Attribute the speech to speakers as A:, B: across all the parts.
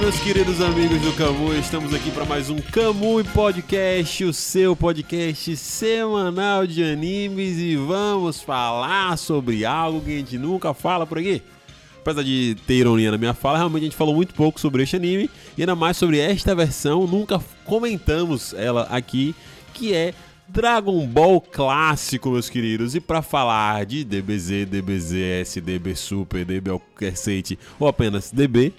A: meus queridos amigos do Camu, estamos aqui para mais um Camu e Podcast, o seu podcast semanal de animes e vamos falar sobre algo que a gente nunca fala por aqui. Apesar de ter ironia na minha fala, realmente a gente falou muito pouco sobre este anime e ainda mais sobre esta versão, nunca comentamos ela aqui, que é Dragon Ball clássico, meus queridos. E para falar de DBZ, DBZS, DB Super, DB ao cacete ou apenas DB,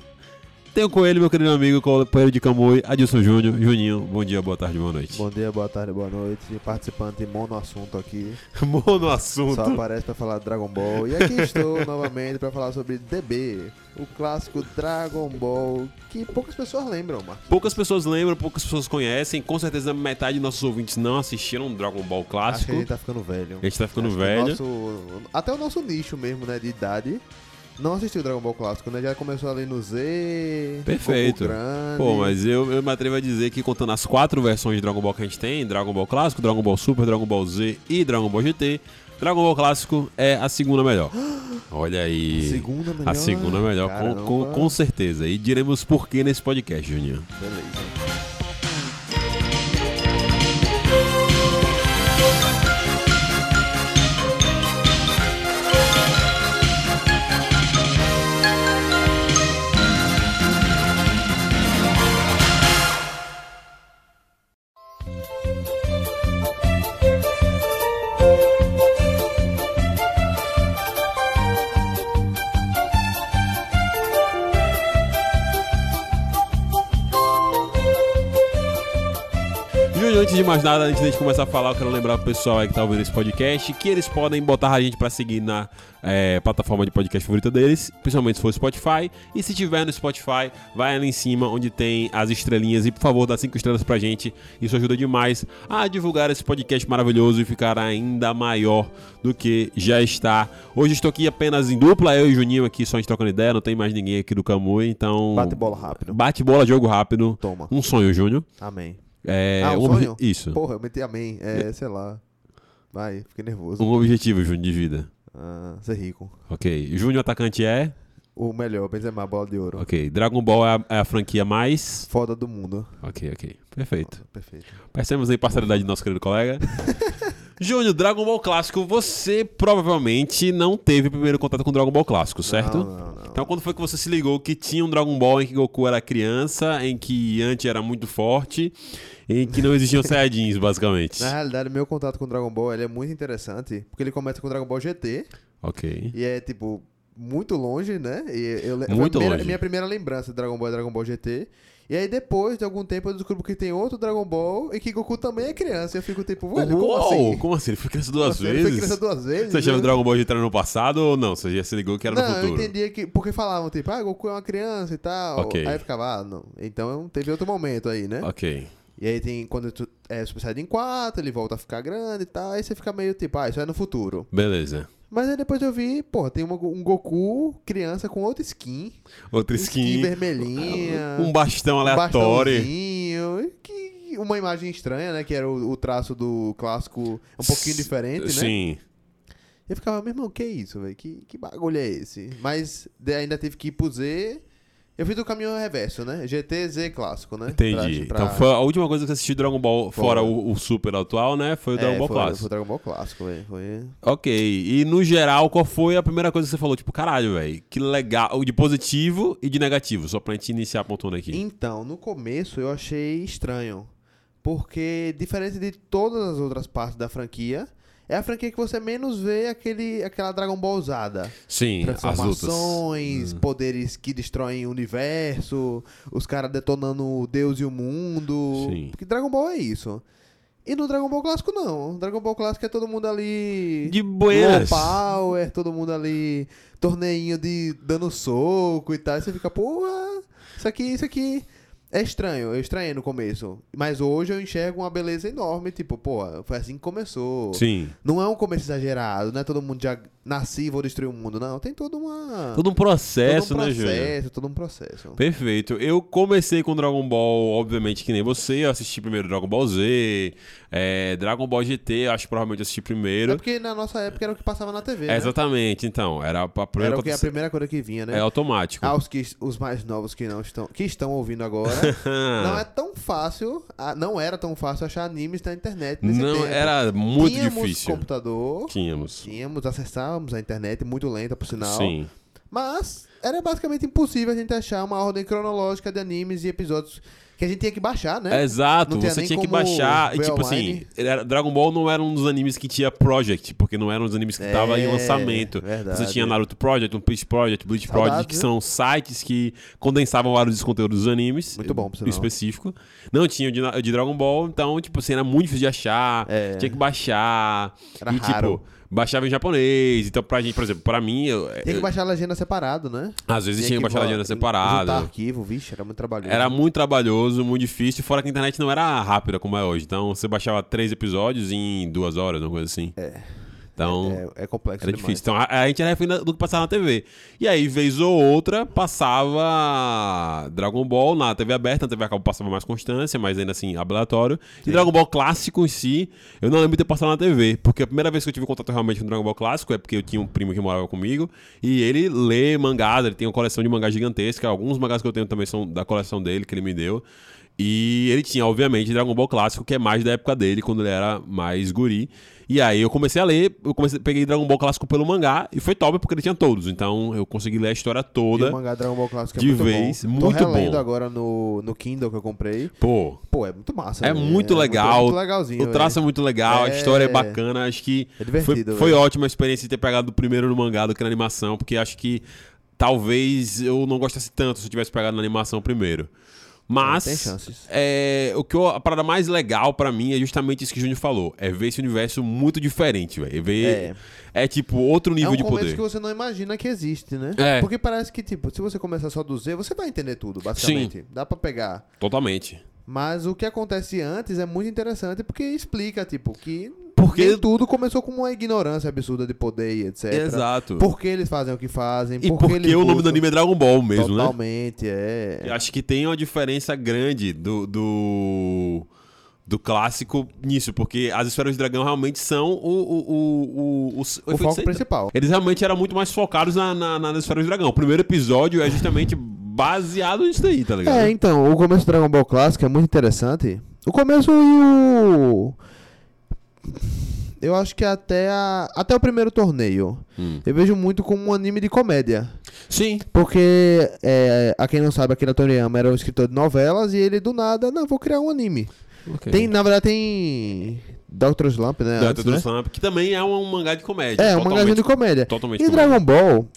A: tenho com ele meu querido amigo, companheiro de Camui, Adilson Júnior. Juninho, bom dia, boa tarde, boa noite.
B: Bom dia, boa tarde, boa noite. Participante monoassunto aqui.
A: Mono assunto.
B: Só aparece pra falar Dragon Ball. E aqui estou novamente pra falar sobre DB, o clássico Dragon Ball que poucas pessoas lembram, Marcos.
A: Poucas pessoas lembram, poucas pessoas conhecem. Com certeza metade de nossos ouvintes não assistiram Dragon Ball
B: Acho que
A: clássico.
B: a gente tá ficando velho.
A: A gente tá ficando
B: Acho que o
A: velho.
B: nosso- até o nosso nicho mesmo, né, de idade. Não assistiu Dragon Ball clássico, né? Já começou ali no Z.
A: Perfeito.
B: Goku um Grande.
A: Pô, mas eu, eu me atrevo a dizer que contando as quatro versões de Dragon Ball que a gente tem, Dragon Ball Clássico, Dragon Ball Super, Dragon Ball Z e Dragon Ball GT, Dragon Ball Clássico é a segunda melhor. Olha aí.
B: Segunda melhor.
A: A segunda melhor, com, com,
B: Caramba.
A: com certeza. E diremos por que nesse podcast, Juninho.
B: Beleza.
A: Júnior, antes de mais nada, antes da gente começar a falar, eu quero lembrar pro pessoal aí que tá ouvindo esse podcast que eles podem botar a gente pra seguir na eh, plataforma de podcast favorita deles, principalmente se for Spotify. E se tiver no Spotify, vai ali em cima onde tem as estrelinhas e por favor dá cinco estrelas pra gente. Isso ajuda demais a divulgar esse podcast maravilhoso e ficar ainda maior do que já está. Hoje estou aqui apenas em dupla, eu e Juninho aqui só a gente trocando ideia, não tem mais ninguém aqui do Camui, então.
B: Bate bola rápido.
A: Bate bola, jogo rápido.
B: Toma.
A: Um sonho, Júnior.
B: Amém.
A: É,
B: Ah, um
A: obje-
B: sonho?
A: Isso.
B: Porra, eu meti amém. É, sei lá. Vai, fiquei nervoso.
A: Um objetivo, Júnior, de vida.
B: Ah, ser rico.
A: Ok. Júnior atacante é?
B: O melhor, Benzema, bola de ouro.
A: Ok. Dragon Ball é a, é a franquia mais?
B: Foda do mundo.
A: Ok, ok. Perfeito.
B: Perfeito.
A: Parecemos aí parcialidade do nosso querido colega. Júnior, Dragon Ball Clássico, você provavelmente não teve o primeiro contato com Dragon Ball Clássico, certo?
B: Não, não, não.
A: Então quando foi que você se ligou que tinha um Dragon Ball em que Goku era criança, em que Yanti era muito forte, em que não existiam Saiyajins, basicamente?
B: Na realidade, meu contato com Dragon Ball ele é muito interessante, porque ele começa com Dragon Ball GT
A: Ok.
B: e é tipo muito longe, né? E eu, le- foi a
A: Muito
B: primeira-
A: longe.
B: Minha primeira lembrança de Dragon Ball é Dragon Ball GT. E aí depois de algum tempo eu descubro que tem outro Dragon Ball e que Goku também é criança. E eu fico tipo, velho, como
A: Uou!
B: assim?
A: Como assim? Ele foi criança duas
B: Ele foi
A: vezes?
B: criança duas vezes.
A: Você achava
B: né?
A: o Dragon Ball de entrar no passado ou não? Você já se ligou que era
B: não,
A: no futuro?
B: eu entendia que. Porque falavam, tipo, ah, Goku é uma criança e tal.
A: Ok.
B: Aí eu ficava, ah, não. Então teve outro momento aí, né?
A: Ok.
B: E aí tem quando tu, é Super Saiyajin 4, ele volta a ficar grande e tal. Aí você fica meio tipo, ah, isso é no futuro.
A: Beleza.
B: Mas aí depois eu vi, porra, tem uma- um Goku criança com outra skin. Um
A: Outra skin.
B: vermelhinha.
A: Um bastão
B: Um
A: aleatório.
B: bastãozinho, e que Uma imagem estranha, né? Que era o, o traço do clássico um pouquinho diferente, né?
A: Sim.
B: E eu ficava, meu irmão, que é isso, velho? Que, que bagulho é esse? Mas de- ainda teve que ir pro Z. Eu fiz o caminho reverso, né? GT, Z clássico, né?
A: Entendi.
B: Pra- pra-
A: Então foi a última coisa que eu assisti Dragon Ball, fora
B: Fora.
A: o, o Super atual, né? Foi o Dragon
B: É,
A: Ball
B: foi- Foi
A: Clássico.
B: o Dragon Ball clássico, velho. Foi...
A: Ok. E no geral, qual foi a primeira coisa que você falou? Tipo, caralho, velho, que legal. De positivo e de negativo. Só pra gente iniciar apontando aqui.
B: Então, no começo eu achei estranho. Porque, diferente de todas as outras partes da franquia, é a franquia que você menos vê aquele, aquela Dragon Ball usada.
A: Sim, Hum. as lutas.
B: Transformações, poderes que destroem o universo, os caras detonando o Deus e o mundo.
A: Sim.
B: Porque Dragon Ball é isso. E no Dragon Ball clássico não. Dragon Ball clássico é todo mundo ali.
A: De boas.
B: Low power, todo mundo ali, torneinho de dando soco e tal. E você fica, porra, isso aqui, isso aqui. É estranho, eu estranhei no começo. Mas hoje eu enxergo uma beleza enorme. Tipo, pô, foi assim que começou.
A: Sim.
B: Não é um começo exagerado, não é todo mundo já nasci e vou destruir o mundo. Não, tem toda uma.
A: Todo um processo,
B: Ah, todo um
A: né, Júnior?
B: processo, todo um processo.
A: Perfeito. Eu comecei com Dragon Ball, obviamente, que nem você. Eu assisti primeiro Dragon Ball Z, é, Dragon Ball GT, eu acho que provavelmente eu assisti primeiro.
B: É porque na nossa época era o que passava na TV.
A: É,
B: né?
A: Exatamente, então. Era a primeira
B: Era o que a
A: condição-
B: primeira coisa que vinha,
A: É
B: né?
A: automático.
B: Aos que, os mais novos que não estão, que estão ouvindo agora,
A: Ah.
B: não é tão fácil, ah, não era tão fácil achar animes na internet. Nesse
A: Não,
B: tempo.
A: era muito
B: Tínhamos
A: difícil.
B: computador,
A: Tínhamos.
B: tínhamos, acessávamos a internet, muito lenta por sinal.
A: Sim.
B: Mas era basicamente impossível a gente achar uma ordem cronológica de animes e episódios que a gente tinha que baixar, né?
A: Exato,
B: Não tinha
A: você
B: nem
A: tinha que
B: como
A: baixar. E
B: ver
A: tipo assim,
B: online.
A: era- Dragon Ball não era um dos animes que tinha Project, porque não eram os animes que
B: É,
A: estavam em lançamento.
B: verdade.
A: Você tinha Naruto Project, One Piece Project, Bleach
B: Saudades,
A: Project, que
B: viu?
A: são sites que condensavam vários conteúdos dos animes.
B: Muito bom, por sinal.
A: Específico. Não tinha o de, o de Dragon Ball, então, tipo assim, era muito difícil de achar.
B: É.
A: Tinha que baixar.
B: Era
A: e,
B: raro.
A: tipo, baixava em japonês. Então, pra gente, por exemplo, pra mim, eu-
B: Tinha que
A: eu-
B: baixar a legenda separado, né?
A: às vezes tinha que baixar a
B: vo-
A: legenda
B: Juntar
A: separada.
B: arquivo, vixe, era muito trabalhoso.
A: Era muito trabalhoso, muito difícil, fora que a internet não era rápida como é hoje. Então você baixava três episódios em duas horas, uma coisa assim. É. Então
B: é, é complexo
A: era
B: demais.
A: difícil. Então a, a gente era refém da- do que passava na TV. E aí, vez ou outra, passava Dragon Ball na TV aberta, na TV acabou passava mais constância, mas ainda assim, aleatório. E Dragon Ball clássico em si, eu não lembro de ter passado na TV, porque a primeira vez que eu tive contato realmente com Dragon Ball clássico é porque eu tinha um primo que morava comigo, e ele lê mangás, ele tem uma coleção de mangás gigantesca, alguns mangás que eu tenho também são da coleção dele, que ele me deu. E ele tinha, obviamente, Dragon Ball clássico, que é mais da época dele, quando ele era mais guri. E aí eu comecei a ler, eu comecei, peguei Dragon Ball clássico pelo mangá, e foi top porque ele tinha todos. Então eu consegui ler a história
B: E
A: toda.
B: o mangá Dragon Ball Clássico é
A: de
B: muito
A: vez,
B: bom.
A: muito
B: Tô relendo
A: bom.
B: agora no, no Kindle que eu comprei.
A: Pô,
B: Pô, é muito massa.
A: é
B: velho.
A: muito legal.
B: Muito, muito legalzinho.
A: O traço é muito legal, a
B: É.
A: história é bacana. Acho que
B: É divertido,
A: foi, foi
B: velho.
A: ótima a experiência de ter pegado o primeiro no mangá do que na animação, porque acho que talvez eu não gostasse tanto se eu tivesse pegado na animação primeiro. Mas
B: Tem chances.
A: é, o que eu- a parada mais legal pra mim é justamente isso que o Júnior falou. É ver esse universo muito diferente, velho. É Ver é. tipo outro
B: velho.
A: nível
B: é um
A: de
B: começo
A: poder.
B: que você não imagina que existe, né?
A: É.
B: Porque parece que, tipo, se você começar só do Z, você vai entender tudo, basicamente. Dá pra pegar.
A: Totalmente.
B: Mas o que acontece antes é muito interessante porque explica, tipo, que
A: Porque-
B: nem tudo começou com uma ignorância absurda de poder e etc.
A: Exato.
B: Por que eles fazem o que fazem?
A: e
B: por que
A: porque
B: eles
A: o nome do
B: buscam-
A: anime é Dragon Ball mesmo, né?
B: Totalmente, é.
A: Eu acho que tem uma diferença grande do, do, do clássico nisso, porque as esferas de dragão realmente são o, o, o, o, o,
B: O foco principal.
A: Eles realmente eram muito mais focados na, na, na- nas esferas de dragão. O primeiro episódio é justamente baseado nisso daí, tá ligado?
B: É, então, o começo do Dragon Ball Clássico é muito interessante. O começo e o. Eu acho que até, a... até o primeiro torneio.
A: Hum.
B: Eu vejo muito como um anime de comédia.
A: Sim.
B: Porque, é, a quem não sabe, Akira Toriyama era um escritor de novelas e ele do nada, não, vou criar um anime. Tem, na verdade, tem. Doctor Slump, né?
A: Da
B: antes,
A: Doutor
B: né?
A: Slump, que também é um, um mangá de comédia.
B: É, um
A: totalmente-
B: mangazinho de comédia.
A: Totalmente
B: E
A: comédia.
B: Dragon Ball,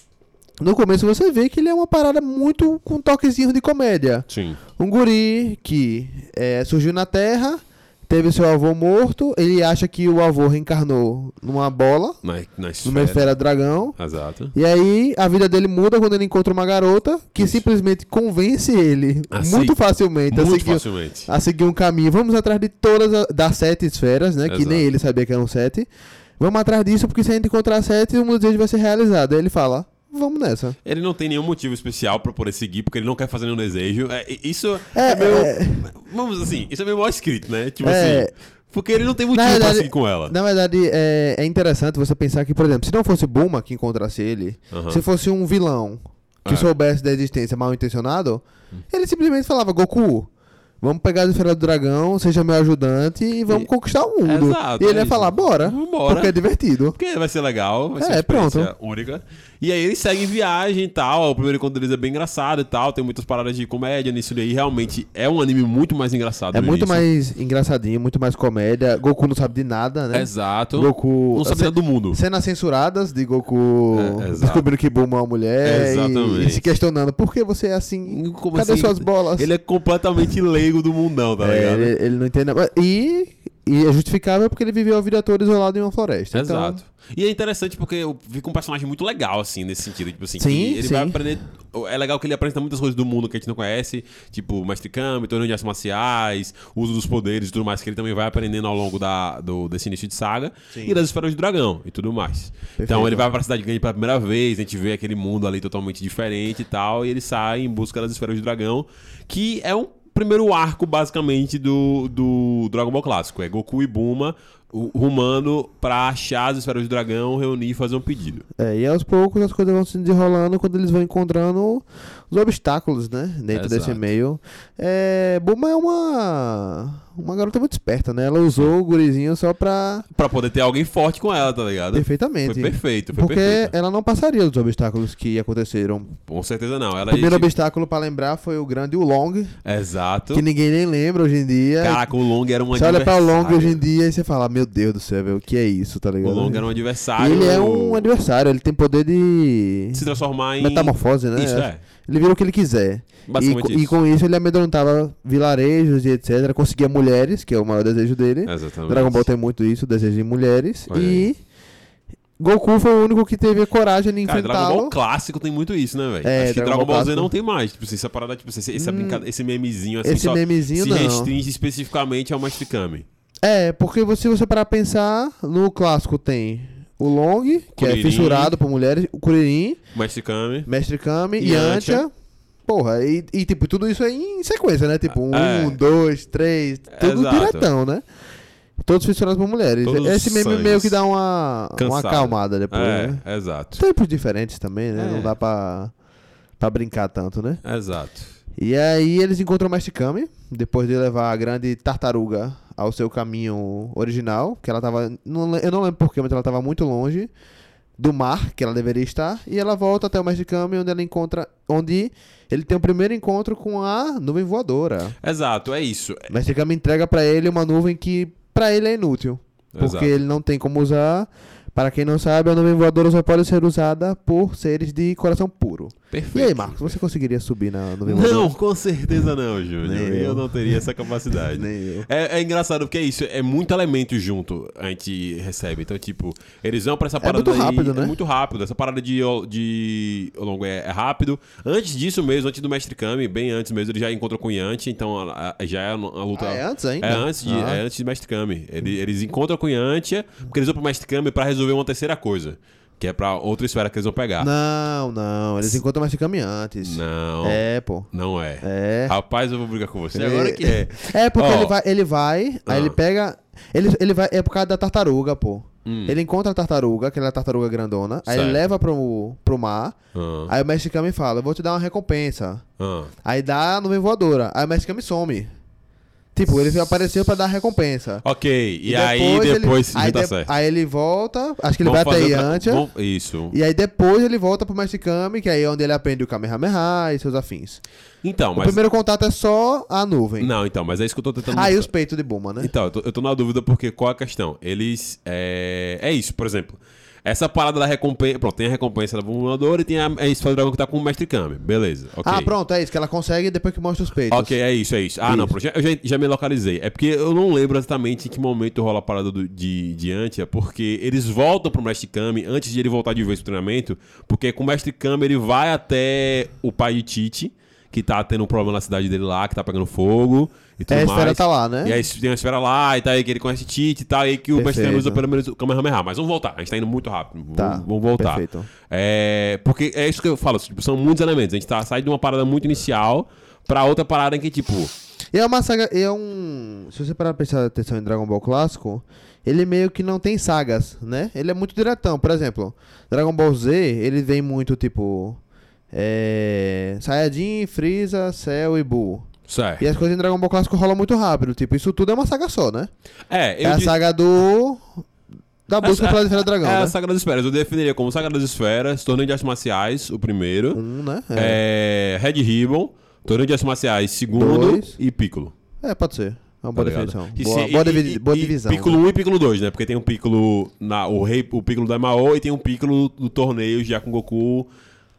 B: no começo você vê que ele é uma parada muito com toquezinho de comédia.
A: Sim.
B: Um guri que eh, surgiu na Terra, teve seu avô morto, ele acha que o avô reencarnou numa bola,
A: Na, na
B: numa
A: esfera.
B: esfera dragão.
A: Exato.
B: E aí a vida dele muda quando ele encontra uma garota que
A: Isso.
B: simplesmente convence ele
A: A
B: muito
A: seguir-
B: facilmente a
A: Muito
B: seguir,
A: facilmente.
B: a seguir um caminho. Vamos atrás de todas a- das sete esferas, né? Que
A: Exato.
B: nem ele sabia que eram sete. Vamos atrás disso, porque se a gente encontrar sete, um desejo vai ser realizado. Aí ele fala, vamos nessa.
A: Ele não tem nenhum motivo especial pra poder seguir, porque ele não quer fazer nenhum desejo. É, i- isso é,
B: É,
A: meio.
B: é.
A: Vamos assim, isso é meio mal escrito, né? Tipo
B: É.
A: assim. Porque ele não tem motivo pra seguir um com ela.
B: Na verdade, é, é interessante você pensar que, por exemplo, se não fosse Bulma que encontrasse ele,
A: Aham.
B: se fosse um vilão que
A: É.
B: soubesse da existência mal intencionado, ele simplesmente falava, Goku, vamos pegar a esfera do dragão, seja meu ajudante e vamos
A: E-
B: conquistar o mundo.
A: Exato,
B: e
A: é
B: ele ia
A: isso.
B: falar, bora,
A: Vambora.
B: porque é divertido.
A: Porque vai ser legal, vai ser
B: É,
A: uma experiência única. E aí ele segue em viagem e tal. O primeiro encontro deles é bem engraçado e tal. Tem muitas paradas de comédia nisso daí. Realmente é um anime muito mais engraçado.
B: É
A: no
B: muito
A: início.
B: mais engraçadinho, muito mais comédia. Goku não sabe de nada, né?
A: Exato.
B: Goku.
A: Não sabe
B: ce-
A: nada do mundo.
B: Cenas censuradas de Goku
A: É, exato.
B: descobrindo que Bulma é uma mulher e-
A: Exatamente.
B: E, se questionando por que você é assim.
A: Como
B: Cadê
A: assim?
B: suas bolas?
A: Ele é completamente leigo do mundão, tá
B: É,
A: ligado?
B: ele, ele não entende nada. E E é justificável porque ele viveu a vida toda isolado em uma floresta. Então,
A: Exato. E é interessante porque eu vi com um personagem muito legal, assim, nesse sentido. Tipo assim,
B: Sim,
A: que ele vai
B: sim.
A: aprender. É legal que ele apresenta muitas coisas do mundo que a gente não conhece, tipo mestre câmbio, torneio de artes marciais, uso dos poderes e tudo mais, que ele também vai aprendendo ao longo da, do, desse início de saga. E das esferas de dragão e tudo mais. Então ele vai pra cidade grande pela primeira vez, a gente vê aquele mundo ali totalmente diferente e tal, e ele sai em busca das esferas de dragão, que é um primeiro arco, basicamente, do, do Dragon Ball clássico. É Goku e Buma, o rumano, pra achar as esferas de dragão, reunir e fazer um pedido.
B: é, e aos poucos as coisas vão se desenrolando quando eles vão encontrando os obstáculos, né? Dentro desse
A: Exato.
B: meio. É, Buma é uma, uma garota muito esperta, né? Ela usou o gurizinho só pra.
A: Pra poder ter alguém forte com ela, tá ligado?
B: Perfeitamente.
A: Foi perfeito, foi
B: Porque
A: perfeito.
B: ela não passaria dos obstáculos que aconteceram.
A: Com certeza não. Ela
B: O primeiro
A: tipo,
B: obstáculo pra lembrar foi o grande Long,
A: Exato.
B: que ninguém nem lembra hoje em dia.
A: Caraca, o Long era um
B: você olha pra Long
A: adversário.
B: hoje em dia e você fala, meu Deus do céu, velho, o que é isso, tá
A: O
B: ligado?
A: Long era um adversário.
B: Ele é
A: o-
B: um adversário, ele tem poder de
A: Se transformar em.
B: metamorfose, né?
A: Isso, é.
B: Ele vira o que ele quiser. E,
A: Basicamente
B: co-
A: isso.
B: e com isso ele amedrontava vilarejos e etc. Conseguia mulheres, que é o maior desejo dele.
A: Exatamente.
B: Dragon Ball tem muito isso, desejo de mulheres.
A: Olha
B: e Goku foi o único que teve a coragem de
A: Cara, Dragon Ball
B: enfrentá-lo.
A: clássico tem muito isso, né, velho?
B: É,
A: Acho que
B: Dragon
A: Dragon
B: Ball
A: Ball Z
B: clássico. Hum,
A: não tem mais. Tipo, assim, essa parada, tipo, esse, essa brincadeira, esse memezinho assim,
B: Esse
A: só
B: memezinho
A: se
B: não.
A: restringe especificamente ao Mestre Kami.
B: É, porque se você parar pra pensar, no clássico tem o Long, que
A: Kuririn.
B: é fissurado por mulheres, o Kuririn,
A: Mestre Kami.
B: Mestre Kami,
A: Yantia.
B: Yantia. Porra, e, e, tipo, tudo isso aí em sequência, né? Tipo, um,
A: É.
B: dois, três, tudo
A: Exato.
B: diretão, né? Todos fissurados por mulheres.
A: Todos
B: Esse meme
A: sangues.
B: meio que dá uma, uma
A: Cansado.
B: acalmada depois, né?
A: É, exato.
B: Tempos diferentes também, né?
A: É.
B: Não dá pra, pra brincar tanto, né?
A: Exato.
B: E aí eles encontram o Mestre Kami, depois de levar a grande tartaruga ao seu caminho original, que ela tava. não le- eu não lembro porquê, mas ela tava muito longe do mar que ela deveria estar. E ela volta até o Mestre Kami, onde ela encontra. onde ele tem o primeiro encontro com a nuvem voadora.
A: Exato, é isso.
B: O Mestre Kami entrega pra ele uma nuvem que pra ele é inútil. Porque
A: Exato.
B: ele não tem como usar. Para quem não sabe, a nuvem voadora só pode ser usada por seres de coração puro. E
A: Perfeito.
B: aí, Marcos, você conseguiria subir na nuvem voadora?
A: Não, com certeza não, Júnior.
B: Nem
A: Eu.
B: eu.
A: não teria essa capacidade.
B: Nem eu.
A: É, é engraçado porque é isso, é muito elemento junto a gente recebe. Então, tipo, eles vão pra essa parada
B: muito
A: aí,
B: rápido,
A: É
B: né?
A: muito rápido. Essa parada de, de longo é, é rápido. Antes disso mesmo, antes do Mestre Kami, bem antes mesmo, ele já encontrou com o Yanti, então a- a- já é uma luta.
B: Ah, é antes ainda?
A: É antes de,
B: Ah.
A: é antes de Mestre Kami. Ele- eles encontram com o Yantia, porque eles vão pro Mestre Kami pra resolver uma terceira coisa. Que é pra outra esfera que eles vão pegar.
B: Não, não. Eles encontram mais caminhantes.
A: Não,
B: É, pô.
A: não é.
B: É.
A: Rapaz, eu vou brigar com você agora que é.
B: É porque
A: Ó.
B: ele vai, ele vai,
A: Ah.
B: aí ele pega. Ele, ele vai. É por causa da tartaruga, pô.
A: Hum.
B: Ele encontra a tartaruga, aquela tartaruga grandona. Aí
A: Certo.
B: ele leva pro, pro mar.
A: Ah,
B: Aí o Mestre Kami fala: Eu vou te dar uma recompensa.
A: ah.
B: Aí dá a nuvem voadora. Aí o Mestre Kami some. Tipo, ele apareceu pra dar a recompensa.
A: Ok, e, aí
B: ele-
A: depois
B: aí,
A: já tá
B: de-
A: certo.
B: aí ele volta. Acho que ele
A: Vamos
B: vai até
A: fazer outra-
B: Yantia.
A: vamos- Isso.
B: E aí depois ele volta pro Mestre Kami, que aí é onde ele aprende o Kamehameha e seus afins.
A: Então,
B: O
A: mas.
B: primeiro contato é só a nuvem.
A: Não, então, mas é isso que eu tô tentando.
B: Ah, e
A: mostrar.
B: os peitos de Buma, né?
A: Então, eu tô, eu tô na dúvida porque qual a questão? Eles. É, é isso, por exemplo. Essa parada da recompensa. Pronto, tem a recompensa da Bumadora e tem a, a espada do dragão que tá com o Mestre Kami. Beleza. ok.
B: Ah, pronto, é isso, que ela consegue depois que mostra os peitos.
A: Ok, é isso, é isso. Ah, não, pronto, já- eu já, já me localizei. É porque eu não lembro exatamente em que momento rola a parada do, de, de Antia, porque eles voltam pro Mestre Kami antes de ele voltar de vez pro treinamento, porque com o Mestre Kami ele vai até o pai de Tite, que tá tendo um problema na cidade dele lá, que tá pegando fogo e tudo
B: É, a
A: mais.
B: esfera tá lá, né?
A: E aí tem uma esfera lá, e tá aí que ele conhece Tite e tal, e aí que o Mestre Kami
B: Perfeito.
A: usa pelo menos o Kamehameha. Mas vamos voltar, a gente tá indo muito rápido.
B: Tá,
A: Vamos, vamos voltar.
B: perfeito.
A: É, porque é isso que eu falo, tipo, são muitos elementos. A gente tá, sai de uma parada muito inicial pra outra parada em que, tipo,
B: E é uma saga. E é um. Se você parar pra prestar atenção em Dragon Ball clássico, ele meio que não tem sagas, né? Ele é muito diretão. Por exemplo, Dragon Ball Z, ele vem muito tipo. É. Saiyajin, Freeza, Cell e Buu.
A: certo.
B: E é as coisas em Dragon Ball clássico rolam muito rápido. Tipo, isso tudo é uma saga só, né?
A: É,
B: é
A: eu
B: a
A: di-
B: saga do. Da busca
A: Essa-
B: pela esfera do
A: é
B: dragão,
A: a
B: né?
A: Saga das Esferas. Eu definiria como Saga das Esferas, Torneio de Artes Marciais, o primeiro.
B: Um, né?
A: É, Red Ribbon, Torneio de Artes Marciais, segundo.
B: Dois.
A: E Piccolo.
B: É, pode ser. É
A: Tá
B: uma boa
A: ligado?
B: definição.
A: E
B: Boa,
A: se-
B: boa
A: e-
B: divi-
A: e-
B: boa
A: e
B: divisão.
A: Piccolo 1 e Piccolo 2, né? Porque tem um Piccolo na, o rei, o Piccolo da Mao e tem um Piccolo do torneio já com Goku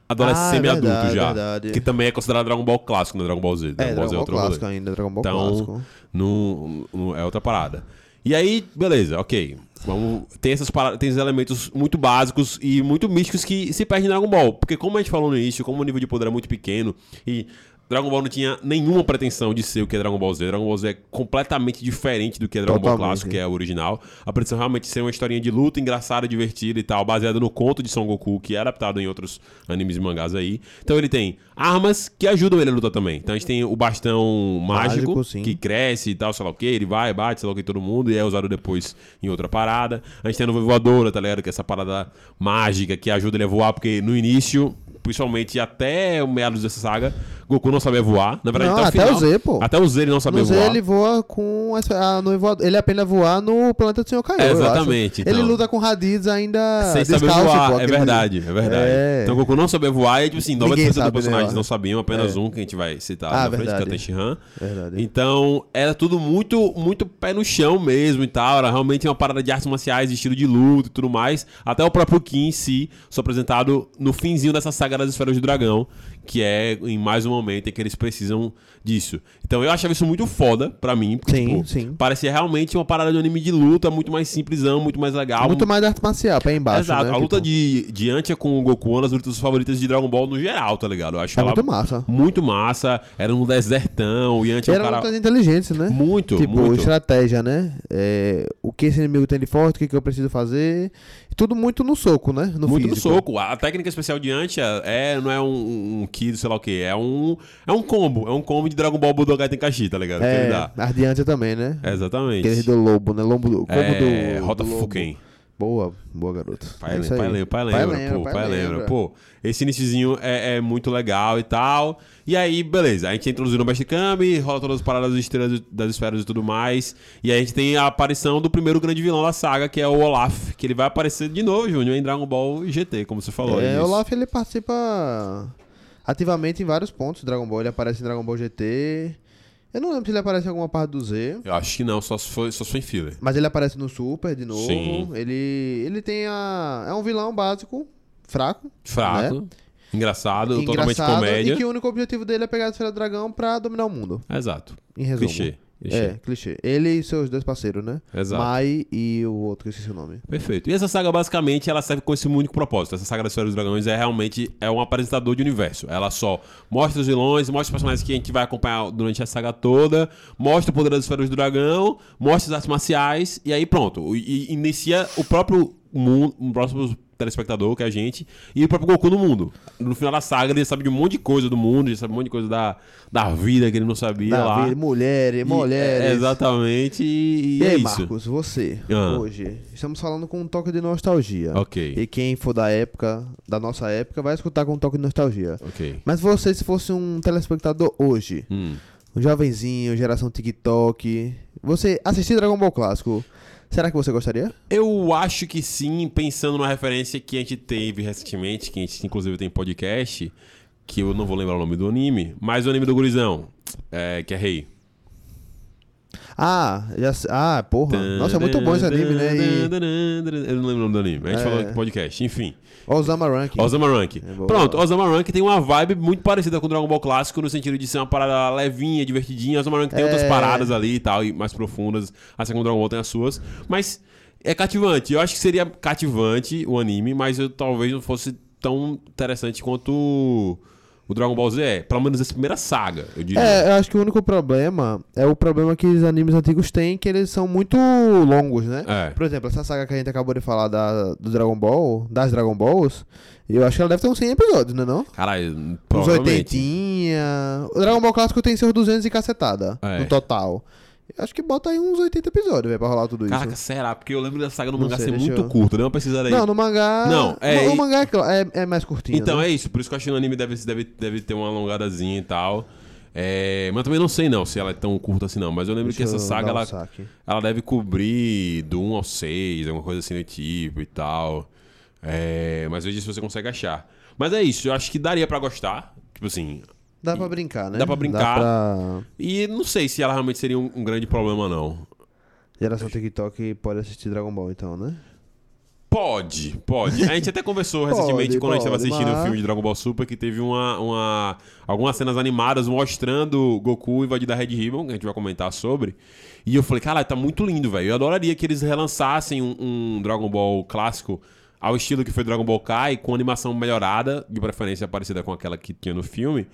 A: adolescente
B: Ah, é
A: semi-adulto
B: verdade,
A: já.
B: verdade.
A: Que também é considerado Dragon Ball clássico, né? Dragon Ball Z. Tá,
B: É,
A: Ball
B: Dragon Ball
A: rolê.
B: um clássico ainda, Dragon Ball
A: Então,
B: clássico.
A: não- não- é outra parada. E aí, beleza, ok. Vamos- tem, essas para- tem esses elementos muito básicos e muito místicos que se perdem em Dragon Ball. Porque como a gente falou no início, como o nível de poder é muito pequeno e Dragon Ball não tinha nenhuma pretensão de ser o que é Dragon Ball Z. Dragon Ball Z é completamente diferente do que é Dragon Ball
B: Totalmente.
A: Clássico, que é o original. A pretensão é realmente ser uma historinha de luta engraçada, divertida e tal, baseada no conto de Son Goku, que é adaptado em outros animes e mangás aí. Então ele tem armas que ajudam ele a lutar também. Então a gente tem o bastão mágico,
B: Mágico, sim.
A: que cresce e tal, sei lá o que, ele vai, bate, sei lá o que, todo mundo, e é usado depois em outra parada. A gente tem a nuvem voadora, tá ligado? Que é essa parada mágica que ajuda ele a voar, porque no início, principalmente até o meados dessa saga, Goku não sabia voar. Na verdade,
B: Não,
A: até, o
B: até o
A: final.
B: Z, pô.
A: Até o Z ele não sabia
B: No Z
A: voar.
B: ele voa com. Essa, a, no voado- ele aprende a voar no planeta do Senhor Kaiô.
A: É,
B: eu acho.
A: exatamente, então.
B: Ele luta com Raditz ainda.
A: Sem saber
B: descalço,
A: voar,
B: pô,
A: é
B: aquele-
A: verdade, é verdade.
B: É.
A: Então Goku não sabia voar e, tipo assim, 90%
B: Ninguém
A: dos
B: sabe, né,
A: personagens
B: ó.
A: não sabiam, apenas um que a gente vai citar
B: Ah,
A: na frente, que é o
B: verdade.
A: Tenshinhan.
B: Verdade.
A: Então, era tudo muito, muito pé no chão mesmo e tal. Era realmente uma parada de artes marciais, de estilo de luta e tudo mais. Até o próprio Kim em si, só apresentado no finzinho dessa saga das Esferas do Dragão, que é em mais um momento em que eles precisam disso. Então, eu achava isso muito foda pra mim, porque,
B: Sim,
A: tipo,
B: sim.
A: parecia realmente uma parada de um anime de luta, muito mais simplesão, muito mais legal.
B: Muito mais da arte marcial, pé embaixo.
A: Exato,
B: né?
A: a luta
B: Tipo,
A: de, de Antia com o Goku é uma das lutas favoritas de Dragon Ball no geral, tá ligado? Eu acho
B: É
A: ela
B: muito massa.
A: muito massa, era um desertão, e Antia é um
B: Era
A: cara...
B: lutas inteligentes, né?
A: Muito,
B: Tipo,
A: muito.
B: estratégia, né? É, o que esse inimigo tem de forte, o que, que eu preciso fazer. Tudo muito no soco, né? No
A: muito
B: físico.
A: no soco. A técnica especial de Antia é, não é um, um Kido, sei lá o que, é um, é um combo. É um combo de Dragon Ball Budokai Tenkaichi, tá ligado? que ele
B: É,
A: dá.
B: Ardiante também, né?
A: Exatamente.
B: Aqueles do lobo, né? Lombo do. Combo
A: é,
B: do.
A: Rota
B: do lobo.
A: Fuken.
B: Boa, boa, garoto.
A: Pai,
B: É
A: lem-
B: isso aí.
A: pai lembra, pai lembra, pô, pai, lembra. Pô, esse iniciozinho é, é muito legal e tal. E aí, beleza, a gente é introduzido no Basticami, rola todas as paradas das estrelas, das esferas e tudo mais. E aí a gente tem a aparição do primeiro grande vilão da saga, que é o Olaf, que ele vai aparecer de novo, Júnior, em Dragon Ball GT, como você falou.
B: É,
A: isso.
B: o Olaf ele participa ativamente em vários pontos do Dragon Ball. Ele aparece em Dragon Ball GT. Eu não lembro se ele aparece em alguma parte do Z.
A: Eu acho que não, só se foi, só se foi em filler.
B: Mas ele aparece no Super de novo.
A: Sim.
B: Ele, ele tem a. É um vilão básico, fraco,
A: Fraco, engraçado, totalmente
B: Né? engraçado.
A: comédia.
B: E que o único objetivo dele é pegar a esfera do dragão pra dominar o mundo.
A: Exato.
B: Em resumo.
A: Clichê. clichê.
B: É, clichê. Ele e seus dois parceiros, né?
A: Exato.
B: Mai e o outro que eu esqueci o nome.
A: Perfeito. E essa saga, basicamente, ela serve com esse único propósito. Essa saga da História dos Dragões é realmente é um apresentador de universo. Ela só mostra os vilões, mostra os personagens que a gente vai acompanhar durante a saga toda, mostra o poder das esferas do dragão, mostra as artes marciais, e aí pronto. E, e inicia o próprio mundo, o próximo telespectador, que é a gente, e o próprio Goku no mundo. No final da saga, ele sabe de um monte de coisa do mundo, ele sabe um monte de coisa da, da vida que ele não sabia
B: Davi,
A: lá.
B: mulheres,
A: E-
B: mulheres.
A: é, exatamente, e, e
B: E
A: é
B: aí,
A: isso.
B: Marcos, você,
A: Ah.
B: hoje, estamos falando com um toque de nostalgia.
A: Ok.
B: E quem for da época, da nossa época, vai escutar com um toque de nostalgia.
A: Ok.
B: Mas você, se fosse um telespectador hoje,
A: Hum.
B: um jovenzinho, geração TikTok, você assistir Dragon Ball Clássico, será que você gostaria?
A: Eu acho que sim, pensando numa referência que a gente teve recentemente, que a gente inclusive tem podcast, que eu não vou lembrar o nome do anime, mas o anime do gurizão, é, que é Rei.
B: Ah, já, se- ah, porra. Nossa, é muito bom esse anime, né? E
A: Eu não lembro o nome do anime, a gente
B: É.
A: falou no podcast, enfim.
B: Osama Ranking. É
A: Osama Rank.
B: boa.
A: Pronto, Osama Rank tem uma vibe muito parecida com o Dragon Ball clássico, no sentido de ser uma parada levinha, divertidinha. Osama Rank tem
B: É.
A: outras paradas ali e tal, e mais profundas, assim como o Dragon Ball tem as suas. Mas é cativante. Eu acho que seria cativante o anime, mas eu talvez não fosse tão interessante quanto o- o Dragon Ball Z é. Pelo menos essa primeira saga, eu diria.
B: É, eu acho que o único problema é o problema que os animes antigos têm, que eles são muito longos, né?
A: É.
B: Por exemplo, essa saga que a gente acabou de falar da, do Dragon Ball, das Dragon Balls, eu acho que ela deve ter uns 100 episódios, né não?
A: Caralho,
B: Uns
A: provavelmente.
B: 80. O Dragon Ball Clássico tem seus 200 e cacetada
A: É.
B: no total. Eu acho que bota aí uns 80 episódios, velho, pra rolar tudo isso.
A: Caraca, será? Porque eu lembro da saga no
B: um, Não
A: mangá
B: sei,
A: ser
B: deixa
A: muito
B: eu-
A: curta. Deu uma pesquisada aí.
B: Não, no mangá.
A: Não, é-
B: O mangá é cla- é, é mais curtinho.
A: Então
B: né?
A: é isso, por isso que eu acho que no anime deve, deve, deve ter uma alongadazinha e tal. É, mas também não sei não se ela é tão curta assim não, mas eu lembro
B: Deixa
A: que essa
B: eu
A: saga
B: dar um
A: ela,
B: saque.
A: ela deve cobrir do 1 ao 6, alguma coisa assim do tipo e tal. É, mas veja se você consegue achar. Mas é isso, eu acho que daria pra gostar, tipo assim.
B: Dá pra brincar, né?
A: Dá pra brincar.
B: pra-
A: E não sei se ela realmente seria um, um grande problema não.
B: Geração TikTok pode assistir Dragon Ball, então, né?
A: Pode, pode. A gente até conversou recentemente
B: Pode,
A: quando a gente estava
B: pode,
A: assistindo o
B: mas-
A: filme de Dragon Ball Super que teve uma, uma- algumas cenas animadas mostrando Goku invadindo a Red Ribbon, que a gente vai comentar sobre. E eu falei, cara, tá muito lindo, velho. Eu adoraria que eles relançassem um, um Dragon Ball clássico ao estilo que foi Dragon Ball Kai, com animação melhorada, de preferência parecida com aquela que tinha no filme.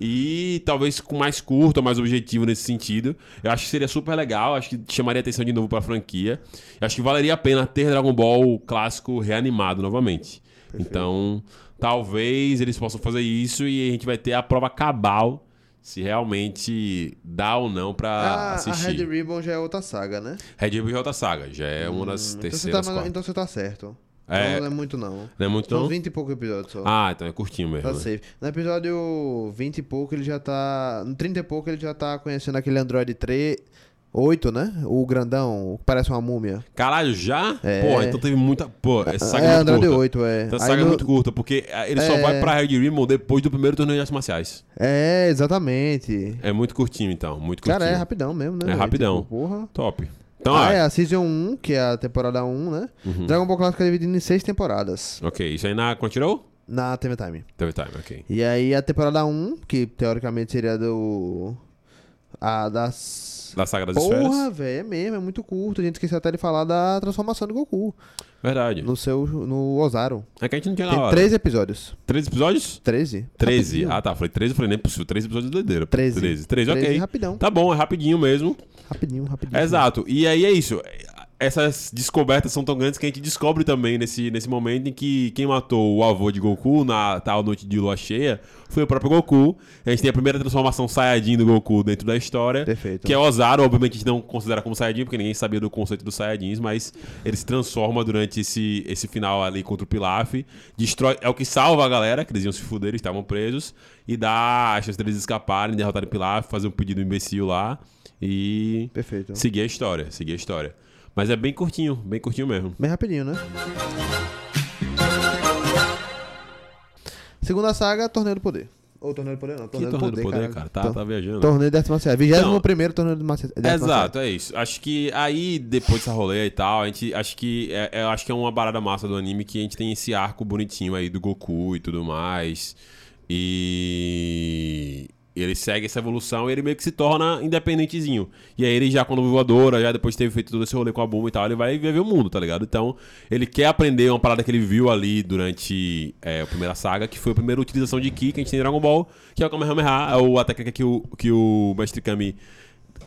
A: E talvez com mais curto, mais objetivo nesse sentido. Eu acho que seria super legal, acho que chamaria atenção de novo pra franquia. Eu acho que valeria a pena ter Dragon Ball clássico reanimado novamente. Então, talvez eles possam fazer isso e a gente vai ter a prova cabal se realmente dá ou não pra
B: a, Ah, a
A: Ah, assistir.
B: Red Ribbon já é outra saga, né?
A: Red Bull e Outra Saga, já é uma das
B: Então você, tá,
A: terceiras.
B: mais-
A: quartas.
B: então você tá certo.
A: É.
B: Não, não é muito, não.
A: Não é muito
B: São
A: não?
B: 20 e poucos episódios só.
A: Ah, então é curtinho mesmo.
B: Tá
A: né?
B: safe. No episódio 20 e pouco ele já tá. No 30 e pouco ele já tá conhecendo aquele Android 3. 8, né? O grandão, que parece uma múmia.
A: Caralho, já?
B: É.
A: Pô, então teve muita. Pô, essa saga
B: é,
A: é muito
B: Android
A: curta.
B: 8, é.
A: Essa
B: Aí
A: saga é
B: no-
A: muito curta, porque ah, ele só
B: É.
A: vai pra Red Ribbon depois do primeiro torneio de artes marciais.
B: É, exatamente.
A: É muito curtinho, então. Muito curtinho.
B: Cara, é rapidão mesmo, né?
A: É
B: velho?
A: rapidão.
B: Tipo, porra.
A: Top. Então, Uhum.
B: ah,
A: ah,
B: é, a Season 1, que é a temporada 1, né? Dragon Ball Clássico é dividido em 6 temporadas
A: Ok, isso aí na. Quando tirou?
B: na TV Time.
A: Teve time, ok.
B: E aí a temporada 1, que teoricamente seria do. A das.
A: Da saga das
B: Porra,
A: esferas.
B: velho, é mesmo, é muito curto. A gente esqueceu até de falar da transformação do Goku
A: Verdade.
B: no seu. no Ozaru.
A: É que a gente não tinha na
B: Tem
A: hora.
B: 13 episódios.
A: 13 episódios?
B: 13?
A: 13.
B: Rapidinho.
A: Ah, tá. Falei 13, eu falei, não é possível. 13 episódios de doideira.
B: 13.
A: 13, 13 ok.
B: Rapidão.
A: Tá bom, é rapidinho mesmo.
B: Rapidinho, rapidinho.
A: Ah, Exato. E aí é isso. Essas descobertas são tão grandes que a gente descobre também nesse, nesse momento em que quem matou o avô de Goku na tal noite de lua cheia foi o próprio Goku. A gente tem a primeira transformação Saiyajin do Goku dentro da história.
B: Perfeito.
A: Que é Ozaru, obviamente a gente não considera como Saiyajin, porque ninguém sabia do conceito dos Saiyajins, mas ele se transforma durante esse, esse final ali contra o Pilaf, destrói, é o que salva a galera, que eles iam se fuder, eles estavam presos, e dá a chance deles escaparem, derrotarem o Pilaf, fazer um pedido imbecil lá, e
B: Perfeito.
A: seguir a história, seguir a história. Mas é bem curtinho, bem curtinho mesmo.
B: Bem rapidinho, né? Segunda saga, Torneio do Poder. Ou Torneio do Poder não,
A: Que
B: Torneio,
A: torneio do poder, cara, tá,
B: Tor-
A: tá viajando.
B: Torneio de Artes Marciais. 21 primeiro Torneio de Marciais.
A: Exato, é isso. Acho que aí, depois dessa rolê e tal, a gente acho que é, é- acho que é uma parada massa do anime que a gente tem esse arco bonitinho aí do Goku e tudo mais. E ele segue essa evolução e ele meio que se torna independentezinho. E aí ele já quando voadora, já depois de ter feito todo esse rolê com a Buma e tal, ele vai viver o mundo, tá ligado? Então, ele quer aprender uma parada que ele viu ali durante é, a primeira saga, que foi a primeira utilização de Ki que a gente tem em Dragon Ball, que é o Kamehameha, ou a técnica que o, que o Mestre Kami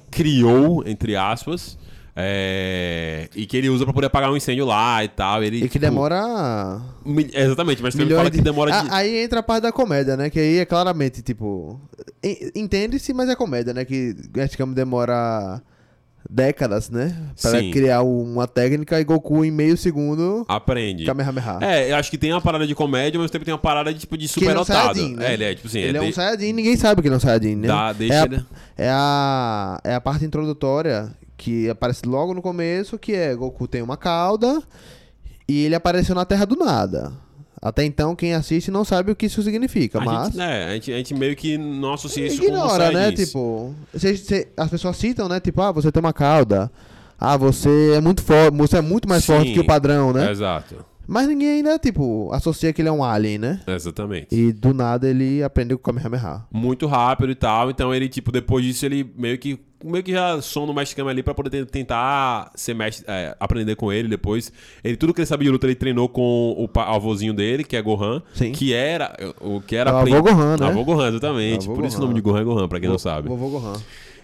A: criou, entre aspas, é, e que ele usa pra poder apagar um incêndio lá e tal. Ele,
B: E que
A: tipo,
B: demora.
A: mi- Exatamente, mas também
B: milhões
A: fala que demora
B: Ah,
A: de...
B: Aí entra a parte da comédia, né? Que aí é claramente, tipo. en- Entende-se, mas é comédia, né? Que Gert Kama demora décadas, né? Pra
A: Sim.
B: criar uma técnica e Goku em meio segundo.
A: Aprende.
B: Kamehameha.
A: É, eu acho que tem uma parada de comédia, mas também tem uma parada de, tipo, de
B: Que ele é um
A: superotado.
B: Saiyajin, né?
A: É, ele é, tipo assim...
B: Ele é
A: de-
B: um Saiyajin, ninguém sabe que ele é um Saiyajin, né?
A: dá- deixa
B: é, a,
A: ele-
B: é, a, é a parte introdutória que aparece logo no começo, que é Goku tem uma cauda e ele apareceu na Terra do Nada. Até então, quem assiste não sabe o que isso significa,
A: A
B: mas...
A: gente, né, a gente, a gente meio que não associa isso com
B: Ignora, né?
A: Saiyajins.
B: Tipo, cê- cê- as pessoas citam, né? Tipo, ah, você tem uma cauda. Ah, você é muito forte, você é muito mais
A: Sim, É.
B: forte que o padrão, né?
A: Exato.
B: Mas ninguém ainda, tipo, associa que ele é um alien, né?
A: Exatamente.
B: E do nada ele aprendeu com o Kamehameha.
A: muito rápido e tal. Então ele, tipo, depois disso, ele meio que. Meio que já som no mestre Kama ali pra poder te- tentar ser mestre, é, aprender com ele depois. Ele, tudo que ele sabia de luta, ele treinou com o pa- avôzinho dele, que é Gohan.
B: Sim.
A: Que era. O que era.
B: É o
A: apren-
B: avô Gohan, né?
A: Avô Gohan, exatamente.
B: Avô
A: Por isso o
B: Gohan.
A: nome de Gohan é Gohan, pra quem não sabe.
B: Vovô Gohan.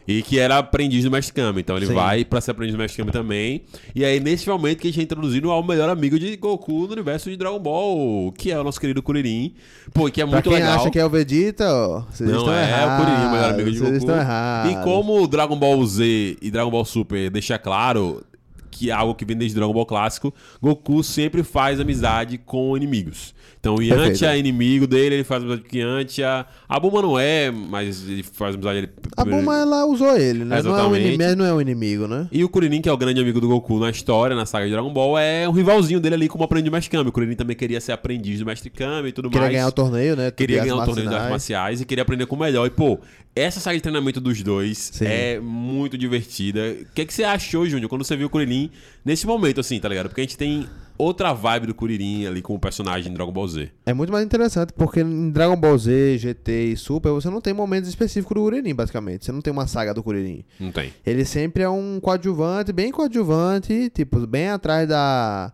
A: E que era aprendiz do Mestre Kami. Então ele
B: Sim.
A: vai pra ser aprendiz do Mestre Kami também. E aí, nesse momento, que a gente é introduzido ao melhor amigo de Goku no universo de Dragon Ball, que é o nosso querido Kuririn. Pô, que é
B: Pra
A: muito
B: quem
A: legal.
B: acha que é o Vegeta, ó, vocês
A: Não
B: estão
A: é
B: errados.
A: o Kuririn, o melhor amigo de
B: vocês
A: Goku.
B: estão errados.
A: E como o Dragon Ball Z e Dragon Ball Super deixa claro que é algo que vem desde Dragon Ball clássico, Goku sempre faz amizade com inimigos. Então o Yantia é
B: Perfeito.
A: inimigo dele, ele faz amizade com o Yantia. A Bulma não é, mas ele faz amizade... Ele...
B: A Bulma, ela usou ele, né? Não é, um
A: Exatamente.
B: inimigo, não é um inimigo, né?
A: E o Kuririn, que é o grande amigo do Goku na história, na saga de Dragon Ball, é um rivalzinho dele ali como aprendiz do Mestre Kami. O Kuririn também queria ser aprendiz do Mestre Kami e tudo
B: Queria
A: mais
B: ganhar o torneio, né?
A: queria
B: Artes
A: ganhar o torneio de artes
B: marciais.
A: marciais e queria aprender com o melhor. E, pô, Essa saga de treinamento dos dois
B: Sim.
A: é muito divertida. O que, é que você achou, Júnior, quando você viu o Kuririn nesse momento, assim, tá ligado? Porque a gente tem outra vibe do Kuririn ali com o personagem de Dragon Ball Z.
B: É muito mais interessante, porque em Dragon Ball Z, GT e Super, você não tem momentos específicos do Kuririn, basicamente. Você não tem uma saga do Kuririn.
A: Não tem.
B: Ele sempre é um coadjuvante, bem coadjuvante, tipo, bem atrás da.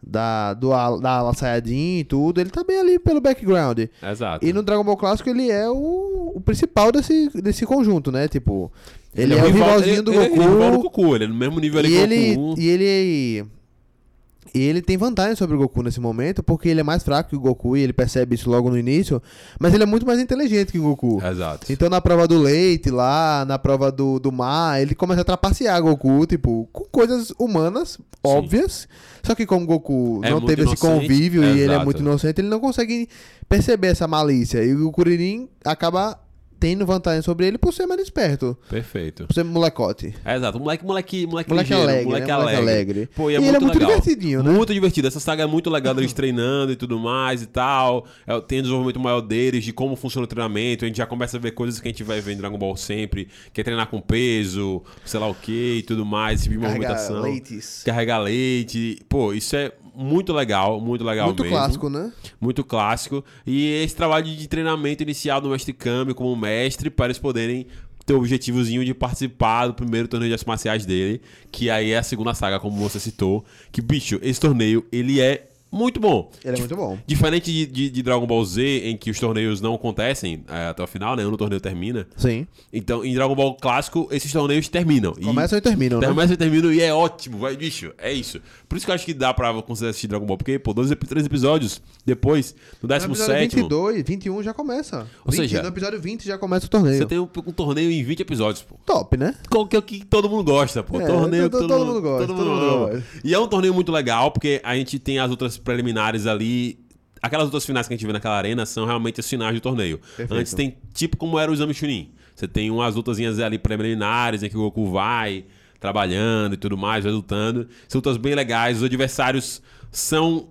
B: Da, do, ala- da ala Saiyajin e tudo, ele tá bem ali pelo background.
A: Exato.
B: E no Dragon Ball Clássico ele é o, o principal desse, desse conjunto, né? Tipo, ele, é, o rivalzinho do
A: ele,
B: Goku.
A: Ele é o rival do Goku, ele é no mesmo nível ali
B: E
A: que
B: ele,
A: o Goku.
B: e ele. E ele tem vantagem sobre o Goku nesse momento, porque ele é mais fraco que o Goku e ele percebe isso logo no início, mas ele é muito mais inteligente que o
A: É.
B: Goku.
A: Exato.
B: Então na prova do leite lá, na prova do, do mar, ele começa a trapacear Goku, tipo, com coisas humanas, óbvias. Só que como Goku
A: É
B: não
A: muito
B: teve esse
A: inocente,
B: convívio e ele é
A: exato.
B: muito inocente, ele não consegue perceber essa malícia. E o Kuririn acaba tendo vantagem sobre ele por ser mais esperto,
A: Perfeito.
B: por ser molecote.
A: É, Exato. Um Moleque, moleque, moleque,
B: Moleque
A: ligeiro,
B: alegre,
A: moleque
B: né? Moleque
A: alegre.
B: alegre.
A: Pô, e é
B: E ele
A: muito,
B: é muito
A: legal.
B: divertidinho, né?
A: Muito divertido. Essa saga é muito legal deles treinando e tudo mais e tal. É, tem um desenvolvimento maior deles, de como funciona o treinamento. A gente já começa a ver coisas que a gente vai ver em Dragon Ball sempre, que é treinar com peso, sei lá o que e tudo mais, esse tipo de movimentação.
B: leites.
A: Carregar leite. Pô, isso é muito legal, muito legal
B: Muito
A: mesmo
B: clássico, né?
A: muito clássico. E esse trabalho de treinamento inicial do Mestre Kami como mestre, para eles poderem ter o objetivozinho de participar do primeiro torneio de artes marciais dele, que aí é a segunda saga, como você citou. Que, bicho, esse torneio, ele é muito bom.
B: Ele é muito bom.
A: Diferente de, de- de Dragon Ball Z, em que os torneios não acontecem é, até o final, né? Quando o torneio termina.
B: Sim.
A: Então, em Dragon Ball clássico, esses torneios terminam. E-
B: Começam e terminam, né?
A: Começa e termina e é ótimo, vai, bicho. É isso. Por isso que eu acho que dá pra você assistir Dragon Ball, porque, pô, 12, epi- três episódios depois, no
B: No episódio
A: 17.
B: 22, 21 já começa.
A: Ou seja-
B: no episódio 20 já começa o torneio.
A: Você tem um, um torneio em 20 episódios, pô.
B: Top, né?
A: Qual que é o que todo mundo gosta, pô?
B: É,
A: torneio que
B: todo-
A: todo,
B: todo
A: mundo
B: mundo gosta,
A: Todo mundo
B: todo mundo
A: ama.
B: gosta.
A: E é um torneio muito legal, porque a gente tem as outras preliminares ali. Aquelas outras finais que a gente vê naquela arena são realmente as finais do torneio.
B: Perfeito.
A: Antes tem tipo como era o exame Chunin. Você tem umas lutazinhas ali preliminares em que o Goku vai trabalhando e tudo mais, vai lutando. São lutas bem legais, os adversários são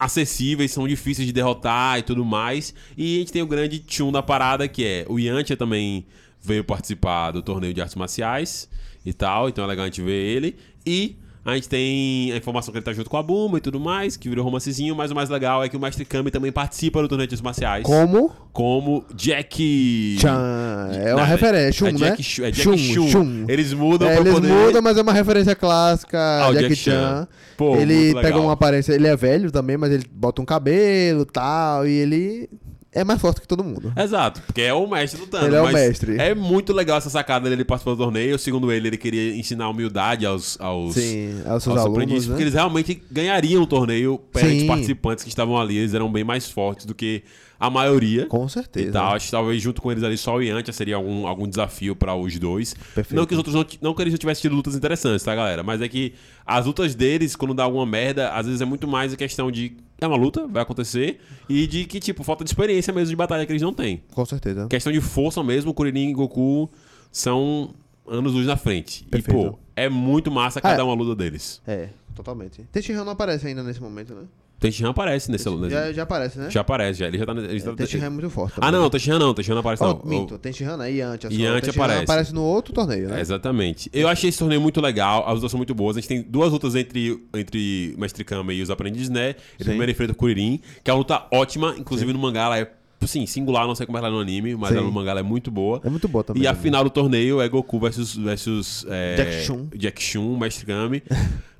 A: acessíveis, são difíceis de derrotar e tudo mais. E a gente tem o grande tchum da parada, que é o Yantia também veio participar do torneio de artes marciais e tal, então é legal a gente ver ele. E a gente tem a informação que ele tá junto com a Buma e tudo mais, que virou romancezinho, mas o mais legal é que o Mestre Kami também participa do torneio de artes marciais
B: Como?
A: como Jack.
B: Tchan. É uma
A: Não,
B: referência. Shun,
A: é Jack
B: né?
A: Chu- é Jack Chun. Eles mudam
B: É,
A: pra
B: eles
A: poder.
B: mudam, mas é uma referência clássica.
A: o
B: Ah, Jack,
A: Jack Chan.
B: Chan.
A: Pô,
B: ele
A: muito
B: pega
A: legal.
B: uma aparência. Ele é velho também, mas ele bota um cabelo e tal. E ele é mais forte que todo mundo.
A: Exato, porque é o mestre lutando.
B: Ele é o
A: mas
B: mestre.
A: É muito legal essa sacada dele participar do torneio. Segundo ele, ele queria ensinar humildade aos, aos,
B: Sim, é os seus
A: aos
B: alunos.
A: aprendizes,
B: Né?
A: porque eles realmente ganhariam o torneio perante
B: Sim.
A: participantes que estavam ali. Eles eram bem mais fortes do que a maioria.
B: Com
A: E
B: certeza. né?
A: tal, acho que talvez junto com eles ali só o Yantia seria algum, algum desafio pra os dois.
B: Perfeito.
A: Não que os outros não, ti- não que eles não tivessem tido lutas interessantes, tá, galera? Mas é que as lutas deles, quando dá alguma merda, às vezes é muito mais a questão de é uma luta, vai acontecer, e de que, tipo, falta de experiência mesmo de batalha que eles não têm.
B: Com certeza.
A: Questão de força mesmo, Kuririn e Goku são anos luz na frente. E,
B: Perfeito.
A: pô, é muito massa
B: Ah,
A: cada
B: é.
A: uma luta deles.
B: É, totalmente. Tenshinhan não aparece ainda nesse momento, né?
A: Tenshinhan aparece nesse... nesse-
B: Já, já aparece, né?
A: Já aparece, já. Ele já tá... Ele já tá-
B: Tenshinhan é muito forte.
A: Ah,
B: também.
A: não, Tenshinhan não. Tenshinhan não aparece,
B: Oh,
A: não.
B: minto, Tenshinhan né? E antes.
A: Yantia aparece.
B: aparece no outro torneio, né?
A: Exatamente. Eu achei esse torneio muito legal, as lutas são muito boas. A gente tem duas lutas entre, entre o Mestre Kama e os aprendizes, né? Ele primeiro enfrenta o Kuririn, que é uma luta ótima, inclusive no mangá ela é, assim, singular, não sei como ela é no anime, mas
B: Sim.
A: ela no mangá ela é muito boa.
B: É muito boa também.
A: E a
B: né?
A: final do torneio é Goku versus, versus é,
B: Jack Chun.
A: Jack Chun, Mestre Kami.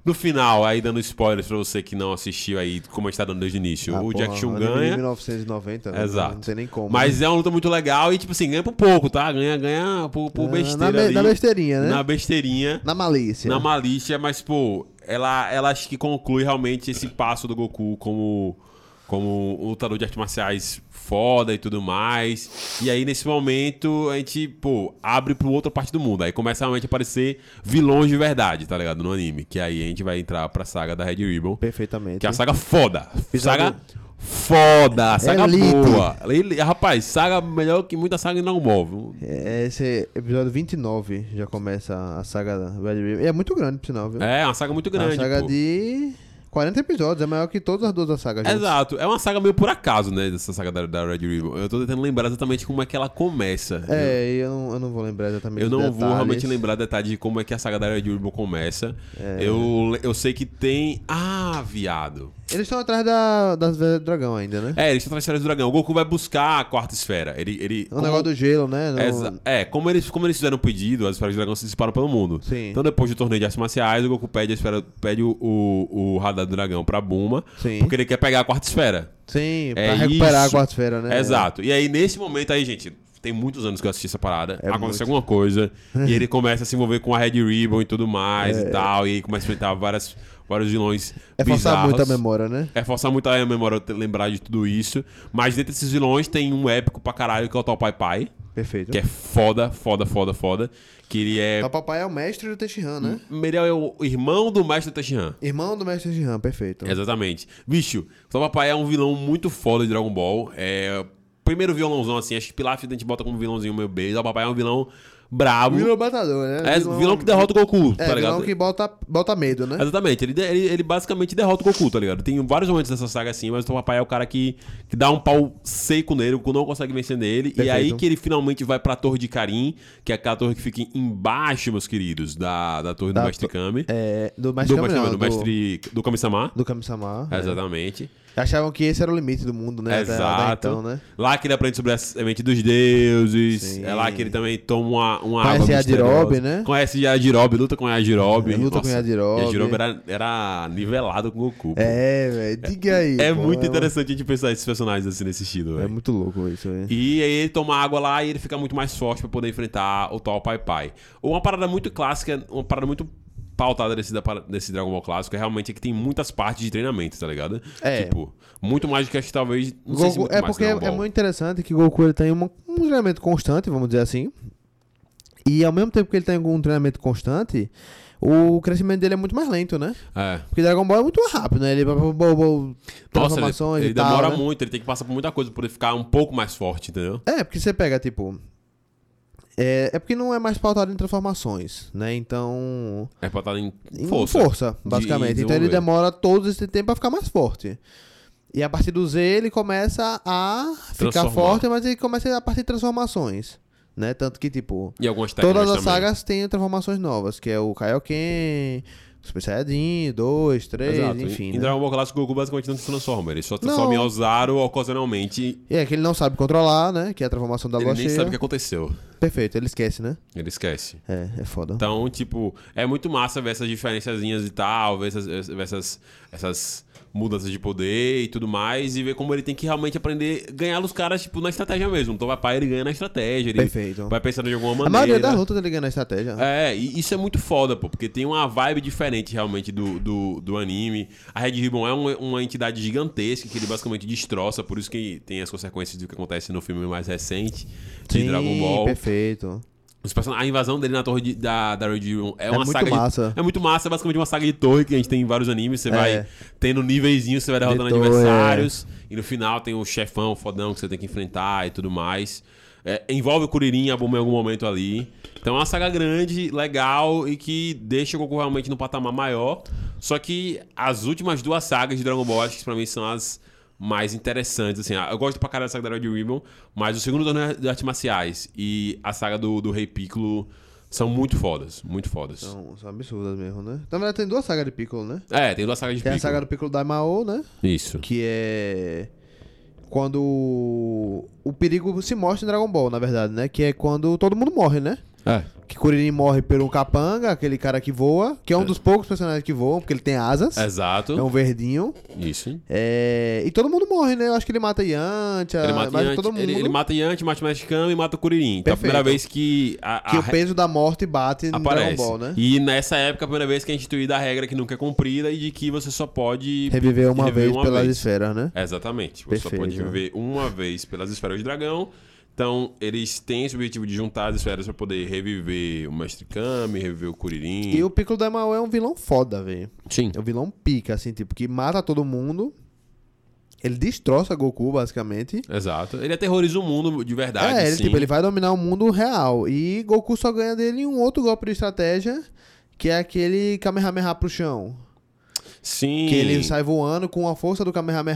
A: No final, aí dando spoilers pra você que não assistiu aí, como a gente tá dando desde o início,
B: Ah,
A: o
B: porra,
A: Jack Chun
B: anime de
A: ganha.
B: 1990, né?
A: Exato.
B: Não sei nem como. né?
A: Mas é uma luta muito legal e, tipo assim, ganha por pouco, tá? Ganha, ganha por, por
B: Ah,
A: besteira.
B: na, be-
A: ali,
B: na besteirinha, né?
A: Na
B: Na,
A: besteirinha.
B: malícia.
A: Na malícia, mas, pô, ela, ela acho que conclui realmente esse passo do Goku como, como um lutador de artes marciais foda e tudo mais. E aí, nesse momento, a gente, pô, abre pra outra parte do mundo. Aí começa realmente a aparecer vilões de verdade, tá ligado? No anime. Que aí a gente vai entrar pra saga da Red Ribbon.
B: Perfeitamente.
A: Que é a saga foda.
B: Episódio-
A: Saga foda. Saga
B: É Elite.
A: boa. Ele- Rapaz, saga melhor que muita saga em Dragon Ball. viu?
B: É, esse episódio 29 já começa a saga da Red Ribbon. E é muito grande, por sinal, viu?
A: É, uma saga muito grande.
B: a saga
A: pô.
B: de 40 episódios, é maior que todas as duas da saga. juntas.
A: Exato. É uma saga meio por acaso, né? Essa saga da, da Red Ribbon. Eu tô tentando lembrar exatamente como é que ela começa.
B: É, e eu não, eu não vou lembrar exatamente
A: Eu não
B: os
A: vou
B: detalhes.
A: realmente lembrar detalhe de como é que a saga da Red Ribbon começa.
B: É.
A: Eu, eu sei que tem. Ah, viado.
B: Eles estão atrás da, das Velhas do Dragão ainda, né?
A: É, eles estão atrás da esfera do dragão. O Goku vai buscar a quarta esfera. Ele. ele
B: O É negócio do gelo, né? No-
A: Exa- É, como eles, como eles fizeram o pedido, as esferas de dragão se disparam pelo mundo.
B: Sim.
A: Então, depois do torneio de artes marciais, o Goku pede, a esfera, pede o, o, o radar do dragão pra Buma,
B: Sim.
A: porque ele quer pegar a quarta esfera.
B: Sim, pra
A: É
B: recuperar
A: isso.
B: a quarta-feira, né?
A: Exato. E aí, nesse momento aí, gente, tem muitos anos que eu assisti essa parada.
B: É
A: acontece
B: muito.
A: alguma coisa. e ele começa a se envolver com a Red Ribbon e tudo mais e tal. E aí começa a enfrentar várias, vários vilões
B: É forçar
A: bizarros.
B: muito a memória, né?
A: É forçar muito a memória te- lembrar de tudo isso. Mas dentre esses vilões tem um épico pra caralho que é o Tal Pai Pai.
B: Perfeito.
A: Que é foda, foda, foda, foda. Que ele é.
B: O papai é o mestre do Teixeira, né?
A: Meriel é o irmão do mestre Tenshinhan.
B: Irmão do mestre Teixeira, perfeito.
A: É Exatamente. Bicho, o Tom Papai é um vilão muito foda de Dragon Ball. É. Primeiro vilãozão, assim, acho que Pilaf a gente bota como vilãozinho meio beijo. O Papai é um vilão brabo.
B: Vilão matador, né?
A: é vilão... que derrota o Goku,
B: É,
A: tá
B: vilão
A: ligado?
B: que bota, bota medo, né?
A: Exatamente, ele, de- ele, ele basicamente derrota o Goku, tá ligado? Tem vários momentos nessa saga assim, mas o Tom Papai é o cara que, que dá um pau seco nele, o Goku não consegue vencer nele. E
B: Perfeito.
A: aí que ele finalmente vai pra Torre de Karim, que é aquela torre que fica embaixo, meus queridos, da, da Torre do
B: Da
A: Mestre Kami.
B: É, do mestre
A: do
B: Kami,
A: Mestre
B: não,
A: Kami, do Mestre. do Kami-sama.
B: do Kami-sama. é.
A: Exatamente.
B: Achavam que esse era o limite do mundo, né? Até- até
A: Exato.
B: então, né?
A: Lá que ele aprende sobre a semente dos deuses.
B: Sim.
A: É lá que ele também toma uma, uma
B: Conhece
A: água
B: a
A: misteriosa.
B: Yajirobe, né?
A: Conhece a Jirobe, luta com a Jirobe.
B: É, luta com a Yajirobe.
A: era, era nivelado com o Goku. pô.
B: É, velho, diga aí.
A: É
B: pô,
A: muito
B: uma-
A: interessante a gente pensar esses personagens assim nesse estilo,
B: É
A: velho.
B: muito louco isso aí.
A: E aí ele toma água lá e ele fica muito mais forte pra poder enfrentar o tal Pai Pai. Uma parada muito clássica, uma parada muito pautada desse, da- desse Dragon Ball clássico é realmente que tem muitas partes de treinamento, tá ligado?
B: É.
A: Tipo, muito mais do que acho que talvez. Não sei se
B: Goku,
A: muito
B: é
A: mais
B: porque é,
A: Dragon Ball.
B: muito interessante que Goku ele tem uma- um treinamento constante, vamos dizer assim. E ao mesmo tempo que ele tem um treinamento constante, o crescimento dele é muito mais lento, né?
A: É.
B: Porque Dragon Ball é muito rápido, né? Ele bo- bo- bo-
A: Nossa, ele,
B: transformações
A: ele
B: e tal,
A: demora
B: né?
A: muito, ele tem que passar por muita coisa pra poder ficar um pouco mais forte, entendeu?
B: É, porque você pega, tipo. É, é porque não é mais pautado em transformações, né? Então.
A: É pra estar em
B: em
A: força.
B: força
A: de
B: basicamente. então ele
A: desenvolver.
B: demora todo esse tempo pra ficar mais forte. E a partir do Z ele começa a ficar
A: Transformar.
B: forte, mas ele começa a partir de transformações. Né? Tanto que, tipo,
A: E algumas técnicas
B: todas as
A: também.
B: sagas têm transformações novas, que é o Kaioken, o Super Saiyajin, 2, 3,
A: Exato.
B: enfim.
A: Em
B: Né?
A: Dragon Ball Clássico, o Goku basicamente não se transforma. Ele só
B: Não.
A: transforma em Ozaru ocasionalmente.
B: E é que ele não sabe controlar, né? Que é a transformação da
A: Ele
B: lua
A: nem
B: cheia.
A: sabe o que é- aconteceu.
B: Perfeito, ele esquece, né?
A: Ele esquece.
B: É, é foda.
A: Então, tipo, é muito massa ver essas diferençazinhas e tal, ver essas, ver essas, essas mudanças de poder e tudo mais, e ver como ele tem que realmente aprender ganhar os caras, tipo, na estratégia mesmo. Então, o papai ele ganha na estratégia, ele
B: Perfeito.
A: vai pensando de alguma
B: a
A: maneira.
B: maioria das lutas ele ganha na estratégia. né?
A: É, e isso é muito foda, pô, porque tem uma vibe diferente realmente do, do, do anime. A Red Ribbon é uma, uma entidade gigantesca que ele basicamente destroça, por isso que tem as consequências do que acontece no filme mais recente de
B: Sim,
A: É, Dragon Ball.
B: perfeito.
A: Os person- a invasão dele na torre de- da, da Red Ribbon é,
B: É
A: uma
B: muito
A: saga. de-
B: massa. É.
A: é muito massa, é basicamente uma saga de torre que a gente tem em vários animes. Você vai tendo níveizinhos, você vai derrotando
B: torre, é.
A: adversários. E no final tem o chefão, o fodão que você tem que enfrentar e tudo mais. É, envolve o Kuririn e a Bulma em algum momento ali. Então é uma saga grande, legal e que deixa o Goku realmente no patamar maior. Só que as últimas duas sagas de Dragon Ball, acho que pra mim são as mais interessantes. Assim, Ah, eu gosto pra caralho da saga da Red Ribbon, mas o segundo torneio é de artes marciais e a saga do, do Rei Piccolo são muito fodas. Muito fodas.
B: São, são absurdas mesmo, né? Na verdade tem duas sagas de Piccolo, né?
A: É, tem duas sagas de
B: Tem a
A: Piccolo.
B: saga do Piccolo Daimao, né?
A: Isso.
B: Que é. Quando o- o perigo se mostra em Dragon Ball, na verdade, né? Que é quando todo mundo morre, né?
A: É.
B: Que Kuririn morre por um capanga, aquele cara que voa, que é um dos poucos personagens que voam, porque ele tem asas. É,
A: Exato.
B: um verdinho.
A: Isso.
B: É, E todo mundo morre, né? Eu acho que ele mata Yantia,
A: Ele mata
B: Ah, mas
A: Yanti,
B: todo mundo.
A: ele, ele mata Yanti, mata o Mexicano e mata o Kuririn. Então é a
B: Perfeito.
A: primeira vez que a,
B: Que
A: a
B: o
A: re-
B: peso da morte bate no
A: aparece.
B: Dragon Ball, né?
A: E nessa época é a primeira vez que é instituída a regra que nunca é cumprida e de que você só pode...
B: Reviver uma
A: reviver
B: vez
A: uma
B: pelas
A: vez.
B: esferas, né?
A: Exatamente. Você só
B: Perfeito.
A: pode viver uma vez pelas esferas de dragão. Então, eles têm esse objetivo de juntar as esferas pra poder reviver o Mestre Kami, reviver o Kuririn.
B: E o Piccolo Daimao é um vilão foda, velho.
A: Sim.
B: É um vilão pica, assim, tipo, que mata todo mundo. Ele destroça Goku, basicamente.
A: Exato. Ele aterroriza o mundo de verdade,
B: é, ele,
A: sim.
B: tipo, ele vai dominar o mundo real. E Goku só ganha dele em um outro golpe de estratégia, que é aquele Kamehameha pro chão.
A: Sim.
B: Que ele sai voando com a força do Kamehameha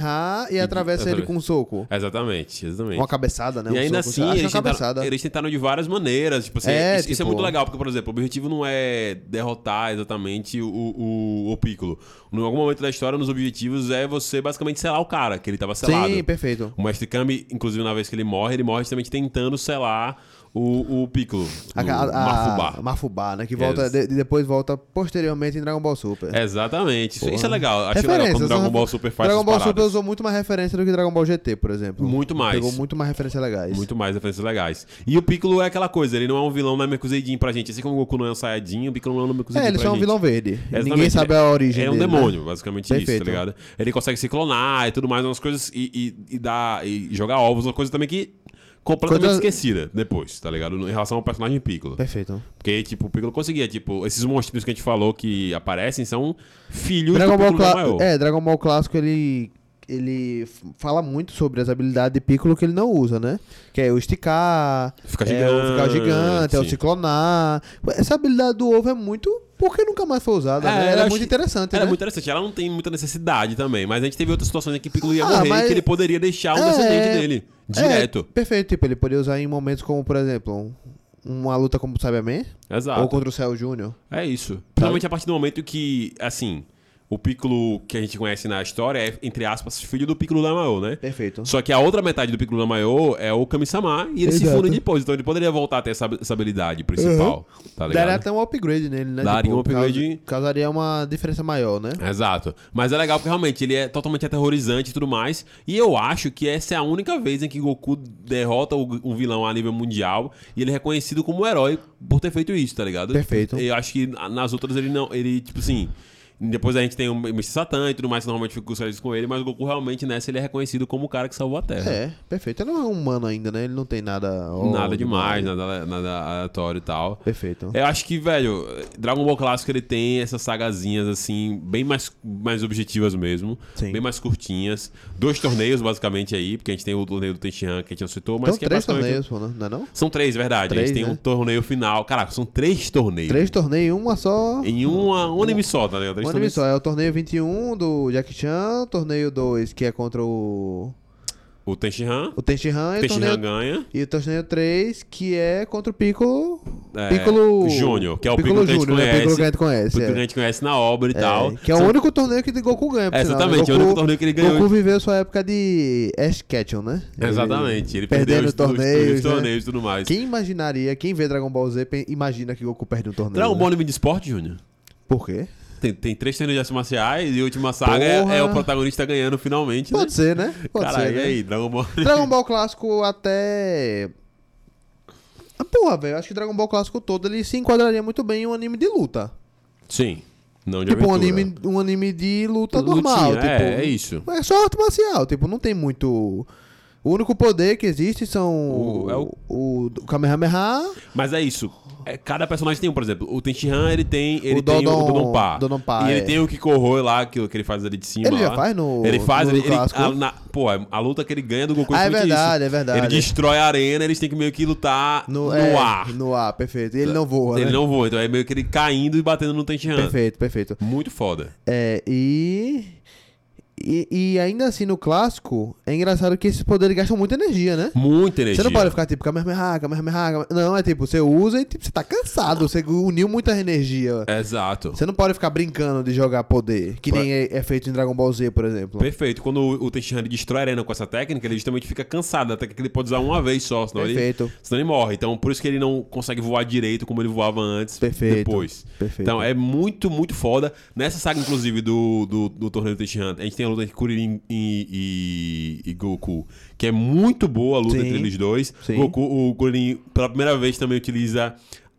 B: e atravessa ele
A: atravessa.
B: com um soco.
A: Exatamente, exatamente.
B: Uma cabeçada, né?
A: E
B: Um
A: ainda
B: soco.
A: assim,
B: Acho que é uma
A: eles tentaram,
B: cabeçada.
A: eles tentaram de várias maneiras. Tipo assim,
B: É,
A: isso, isso é
B: tipo-
A: muito legal, porque, por exemplo, o objetivo não é derrotar exatamente o, o, o Piccolo. Em algum momento da história, nos objetivos é você basicamente selar o cara, que ele tava selado.
B: Sim, perfeito.
A: O Mestre Kami, inclusive, na vez que ele morre, ele morre justamente tentando selar o, o Piccolo.
B: A,
A: o
B: a- a-
A: Marfubá.
B: Mafubá, né? Que volta,
A: Yes.
B: de- de- depois volta posteriormente em Dragon Ball Super.
A: Exatamente. Isso,
B: Porra.
A: isso é legal. Achei legal quando
B: eu sou-
A: Dragon Ball Super faz
B: Dragon
A: essas
B: Ball Super
A: paradas.
B: usou muito mais referência do que Dragon Ball GT, por exemplo.
A: Muito mais.
B: Pegou muito mais referências legais.
A: Muito mais referências legais. E o Piccolo é aquela coisa, ele não é um vilão não é Mekuseidinho pra gente. Assim como o Goku não é um Saiyajin, o Piccolo não é um Mekuseidinho
B: É, ele
A: pra
B: só é um
A: gente.
B: vilão verde.
A: Exatamente.
B: Ninguém sabe a origem
A: É um
B: dele, né?
A: demônio, basicamente isso, tá
B: Perfeito.
A: ligado? Ele consegue se clonar e tudo mais, umas coisas e, e, e dar, e jogar ovos, uma coisa também que completamente
B: Coisa-
A: esquecida depois, tá ligado? Em relação ao personagem Piccolo.
B: Perfeito.
A: Porque, tipo, o Piccolo conseguia, tipo, esses monstros que a gente falou que aparecem são filhos
B: Dragon
A: do
B: Ball,
A: Piccolo
B: Cla-
A: maior.
B: é, Dragon Ball clássico, ele ele f- fala muito sobre as habilidades de Piccolo que ele não usa, né? Que é o esticar,
A: Ficar
B: é o ficar gigante, é o
A: gigante.
B: se clonar. Essa habilidade do ovo é muito porque nunca mais foi usada, né? Ela é
A: eu
B: muito
A: acho-
B: interessante,
A: Ela
B: né?
A: é muito interessante. Ela não tem muita necessidade também. Mas a gente teve outras situações em que Piccolo ia
B: Ah,
A: morrer
B: mas-
A: e que ele poderia deixar um
B: É,
A: descendente dele. Direto.
B: É, perfeito, tipo, ele poderia usar em momentos como, por exemplo, um- uma luta como o Cyberman ou
A: Exato.
B: contra o Cell Júnior.
A: É
B: Tá.
A: isso. Principalmente a partir do momento que, assim, o Piccolo que a gente conhece na história é, entre aspas, filho do Piccolo Lamaiô, né?
B: Perfeito.
A: Só que a outra metade do Piccolo Lamaiô é o Kami-sama e eles se
B: Exato.
A: fundem depois. Então ele poderia voltar a ter essa, essa habilidade principal. Tá ligado?
B: Daria até um upgrade nele, né?
A: Daria um upgrade.
B: caus- Causaria uma diferença maior, né?
A: Exato. Mas é legal porque realmente ele é totalmente aterrorizante e tudo mais. E eu acho que essa é a única vez em que Goku derrota o- um vilão a nível mundial e ele é reconhecido como herói por ter feito isso, tá ligado?
B: Perfeito.
A: Eu acho que na- nas outras ele não. Ele, tipo assim. Depois a gente tem o Mr. Satan e tudo mais, que normalmente fica os créditos com ele, mas o Goku realmente nessa ele é reconhecido como o cara que salvou a Terra.
B: É, Oh, perfeito. Ele não é humano ainda, né? Ele não tem nada. ó,
A: Nada demais, É, nada, nada aleatório e tal.
B: Perfeito.
A: Eu acho que, velho, Dragon Ball Clássico ele tem essas sagazinhas, assim, bem mais, mais objetivas mesmo.
B: Sim.
A: Bem mais curtinhas. Dois torneios, basicamente, aí, porque a gente tem o torneio do Tenshinhan, que a gente não citou, mas
B: então,
A: que é
B: três
A: basicamente-
B: torneios, pô, né? não é não?
A: São três, verdade. a
B: Três,
A: gente tem
B: né?
A: um torneio final. Caraca, são três torneios.
B: Três torneios, e uma só.
A: Em uma, um anime só, tá ligado? Três
B: Um anime
A: torneios.
B: só. É o torneio 21 do Jack Chan, o torneio 2, que é contra o.
A: O Tenshinhan.
B: O Tenshinhan
A: O
B: e o
A: Tenshinhan
B: torneio.
A: ganha.
B: E o torneio 3, que é contra o Piccolo.
A: É,
B: Piccolo.
A: Júnior, que é o Piccolo que a gente
B: Júnior, né?
A: conhece.
B: Piccolo que a gente conhece.
A: Porque
B: é.
A: a gente conhece na obra e tal.
B: É, que é o
A: São-
B: único torneio que Goku ganha. por
A: É,
B: sinal, né?
A: exatamente, é o
B: Goku-
A: único torneio que ele ganhou.
B: Goku viveu sua época de Ash Ketchum, né?
A: Exatamente. Ele
B: perdendo
A: perdeu os,
B: os torneios,
A: os
B: né?
A: torneios e tudo mais.
B: Quem imaginaria, quem vê Dragon Ball Z, pe- imagina que Goku perde um torneio.
A: Dragon
B: né?
A: Ball anime de esporte, Júnior?
B: Por quê?
A: Tem, tem três torneios de artes marciais e a última saga é-
B: Porra.
A: é, o protagonista ganhando finalmente, né?
B: Pode ser, né? Pode
A: Caralho, é
B: ser.
A: e
B: né?
A: aí? Dragon Ball.
B: Dragon Ball clássico até. Ah, Porra, velho, acho que Dragon Ball clássico todo ele se enquadraria muito bem em um anime de luta.
A: Sim. Não de
B: tipo, um
A: aventura.
B: anime, um anime de luta
A: Lutinha,
B: normal.
A: é,
B: tipo,
A: é isso.
B: É só arte marcial, tipo, não tem muito. O único poder que existe são
A: O-
B: o,
A: é o-
B: o, do Kamehameha,
A: Mas é isso. É, cada personagem tem um, por exemplo. O Tenshinhan, ele tem, ele
B: O
A: tem o
B: Dodon-
A: Dodonpa.
B: Dodonpa,
A: e ele
B: é.
A: tem o Kikohoi lá, que, que ele faz ali de cima.
B: Ele já
A: lá.
B: faz no-
A: Ele faz,
B: no
A: ele, ele-
B: clássico.
A: a- na- pô, a luta que ele ganha do Goku
B: Ah, é
A: justamente
B: verdade,
A: isso.
B: é verdade.
A: Ele destrói a arena, eles têm que meio que lutar no,
B: No, é,
A: ar. É.
B: No ar, perfeito. E ele não voa,
A: Ele
B: né?
A: não voa, então é meio que ele caindo e batendo no Tenshinhan.
B: Perfeito, perfeito.
A: Muito foda.
B: É, e... e. e ainda assim, no clássico, é engraçado que esses poderes gastam muita energia, né?
A: Muito energia.
B: Você não pode ficar tipo, Kamehameha, Kamehameha, Kamehameha. Não, é tipo, você usa e tipo, você tá cansado, você uniu muita
A: É.
B: energia.
A: Exato.
B: Você não pode ficar brincando de jogar poder, que
A: Pa-
B: nem é, é feito em Dragon Ball Z, por exemplo.
A: Perfeito. Quando o o Tenshinhan ele destrói a arena com essa técnica, ele justamente fica cansado, até que ele pode usar uma vez só, senão, ele,
B: Perfeito.
A: senão ele morre. Então, por isso que ele não consegue voar direito como ele voava antes,
B: Perfeito.
A: depois.
B: Perfeito.
A: Então, é muito, muito foda. Nessa saga, inclusive, do, do, do torneio do Tenshinhan, a gente tem a luta entre Kuririn e, e- e Goku, que é muito boa a luta
B: Sim.
A: entre eles dois.
B: Sim.
A: Goku, o Kuririn, pela primeira vez, também utiliza...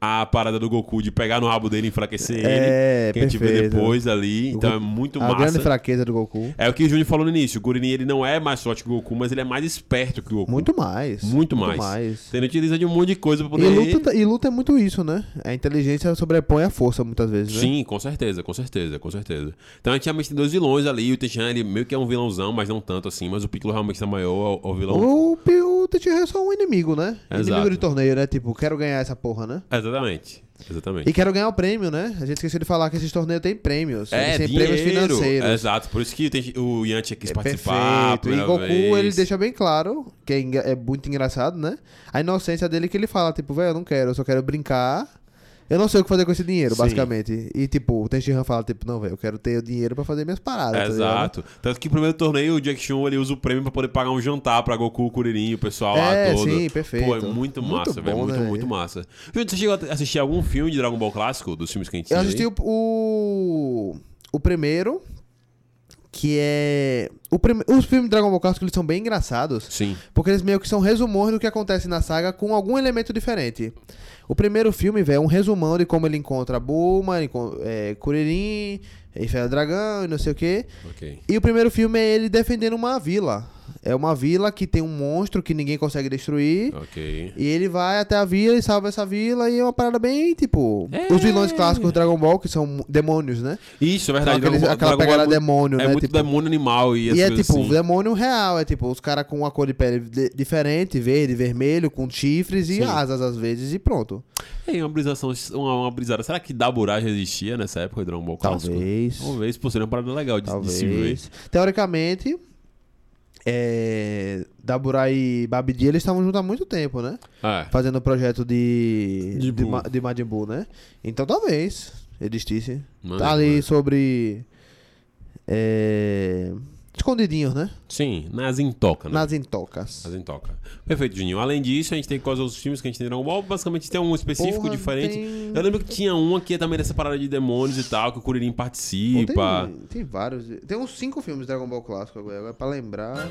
A: A parada do Goku de pegar no rabo dele e enfraquecer
B: É,
A: ele. Que a gente vê
B: perfeito.
A: depois ali. Então é muito
B: A
A: massa.
B: grande fraqueza do Goku.
A: É o que o Júnior falou no início. O Gurini ele não é mais forte que o Goku, mas ele é mais esperto que o Goku.
B: Muito mais.
A: Muito mais. Então Ele utiliza de um monte de coisa pra
B: E
A: poder.
B: luta, e luta é muito isso, né? A inteligência sobrepõe a força muitas vezes, né?
A: Sim, com certeza, com certeza, com certeza. Então a gente realmente tem dois
B: Uh!
A: vilões ali. O Tenshinhan, ele meio que é um vilãozão, mas não tanto assim. Mas o Piccolo realmente é maior, é o- é o vilão.
B: O, pi- o o Tenshinhan é só um inimigo, né?
A: Exato.
B: Inimigo de torneio, né? Tipo, quero ganhar essa porra, né?
A: Exatamente. Exatamente.
B: E quero ganhar o prêmio, né? A gente esqueceu de falar que esses torneios têm prêmios.
A: É,
B: eles têm
A: dinheiro.
B: prêmios financeiros.
A: Exato, por isso que tem- o Yantia quis
B: É
A: participar.
B: perfeito. E
A: pela
B: Goku,
A: vez.
B: ele deixa bem claro, que é, enga- é muito engraçado, né? A inocência dele que ele fala, tipo, velho, eu não quero, eu só quero brincar. Eu não sei o que fazer com esse dinheiro,
A: Sim.
B: basicamente. E, tipo, o Tenshinhan fala, tipo, não, velho, eu quero ter o dinheiro pra fazer minhas paradas. tá ligado?
A: Exato. Tanto que no primeiro torneio o Jack Chun ele usa o prêmio pra poder pagar um jantar pra Goku, Kuririn, o pessoal
B: É,
A: lá todo.
B: sim, perfeito.
A: Pô, é muito massa,
B: Muito
A: velho.
B: bom,
A: Muito,
B: né?
A: muito massa. Júnior, você chegou a assistir algum filme de Dragon Ball clássico? Dos filmes que a gente
B: Eu
A: tinha
B: assisti
A: aí?
B: o, o, o primeiro, que é... O prime... Os filmes de Dragon Ball Clássico, eles são bem engraçados.
A: Sim.
B: Porque eles meio que são resumões do que acontece na saga com algum elemento diferente. O primeiro filme, velho, é um resumão de como ele encontra Bulma, ele encon- é, Kuririn, e Fera Dragão e não sei o quê.
A: Ok.
B: E o primeiro filme é ele defendendo uma vila. É uma vila que tem um monstro que ninguém consegue destruir.
A: Ok.
B: E ele vai até a vila e salva essa vila. E é uma parada bem, tipo...
A: É.
B: Os vilões clássicos do Dragon Ball, que são demônios, né?
A: Isso, é
B: São
A: verdade. Dragon
B: aqueles-
A: Ball- Dragon Ball
B: aquela pegada
A: é muito-
B: demônio,
A: É
B: né?
A: muito
B: Tipo,
A: demônio animal e, as
B: e é
A: coisas
B: tipo
A: assim.
B: demônio real, é tipo os caras com uma cor de pele de- diferente, verde, vermelho, com chifres e
A: Sim.
B: asas às vezes e pronto.
A: É, uma brisação, uma, uma brisada. Será que Daburá já existia nessa época de Dragon Ball clássico?
B: Talvez.
A: Talvez, pô, seria uma parada legal de, de se ver.
B: Talvez. Teoricamente, é, Dabura e Babidi eles estavam juntos há muito tempo, né?
A: É.
B: Fazendo o projeto de
A: De
B: de,
A: Buu.
B: Ma- de Majin Buu, né? Então talvez existisse.
A: Mano,
B: Tá ali
A: mano.
B: sobre é, escondidinhos, né?
A: Sim, nas intocas, né?
B: Nas intocas.
A: Fazem toca. Perfeito, Juninho. Além disso, a gente tem quais outros filmes que a gente tem Dragon Ball? Basicamente tem um específico
B: Porra,
A: diferente.
B: tem-
A: Eu lembro que tinha um aqui também dessa parada de demônios e tal, que o Kuririn
B: Pô,
A: participa.
B: Tem, tem vários. Tem uns cinco filmes de Dragon Ball clássico agora, agora pra lembrar.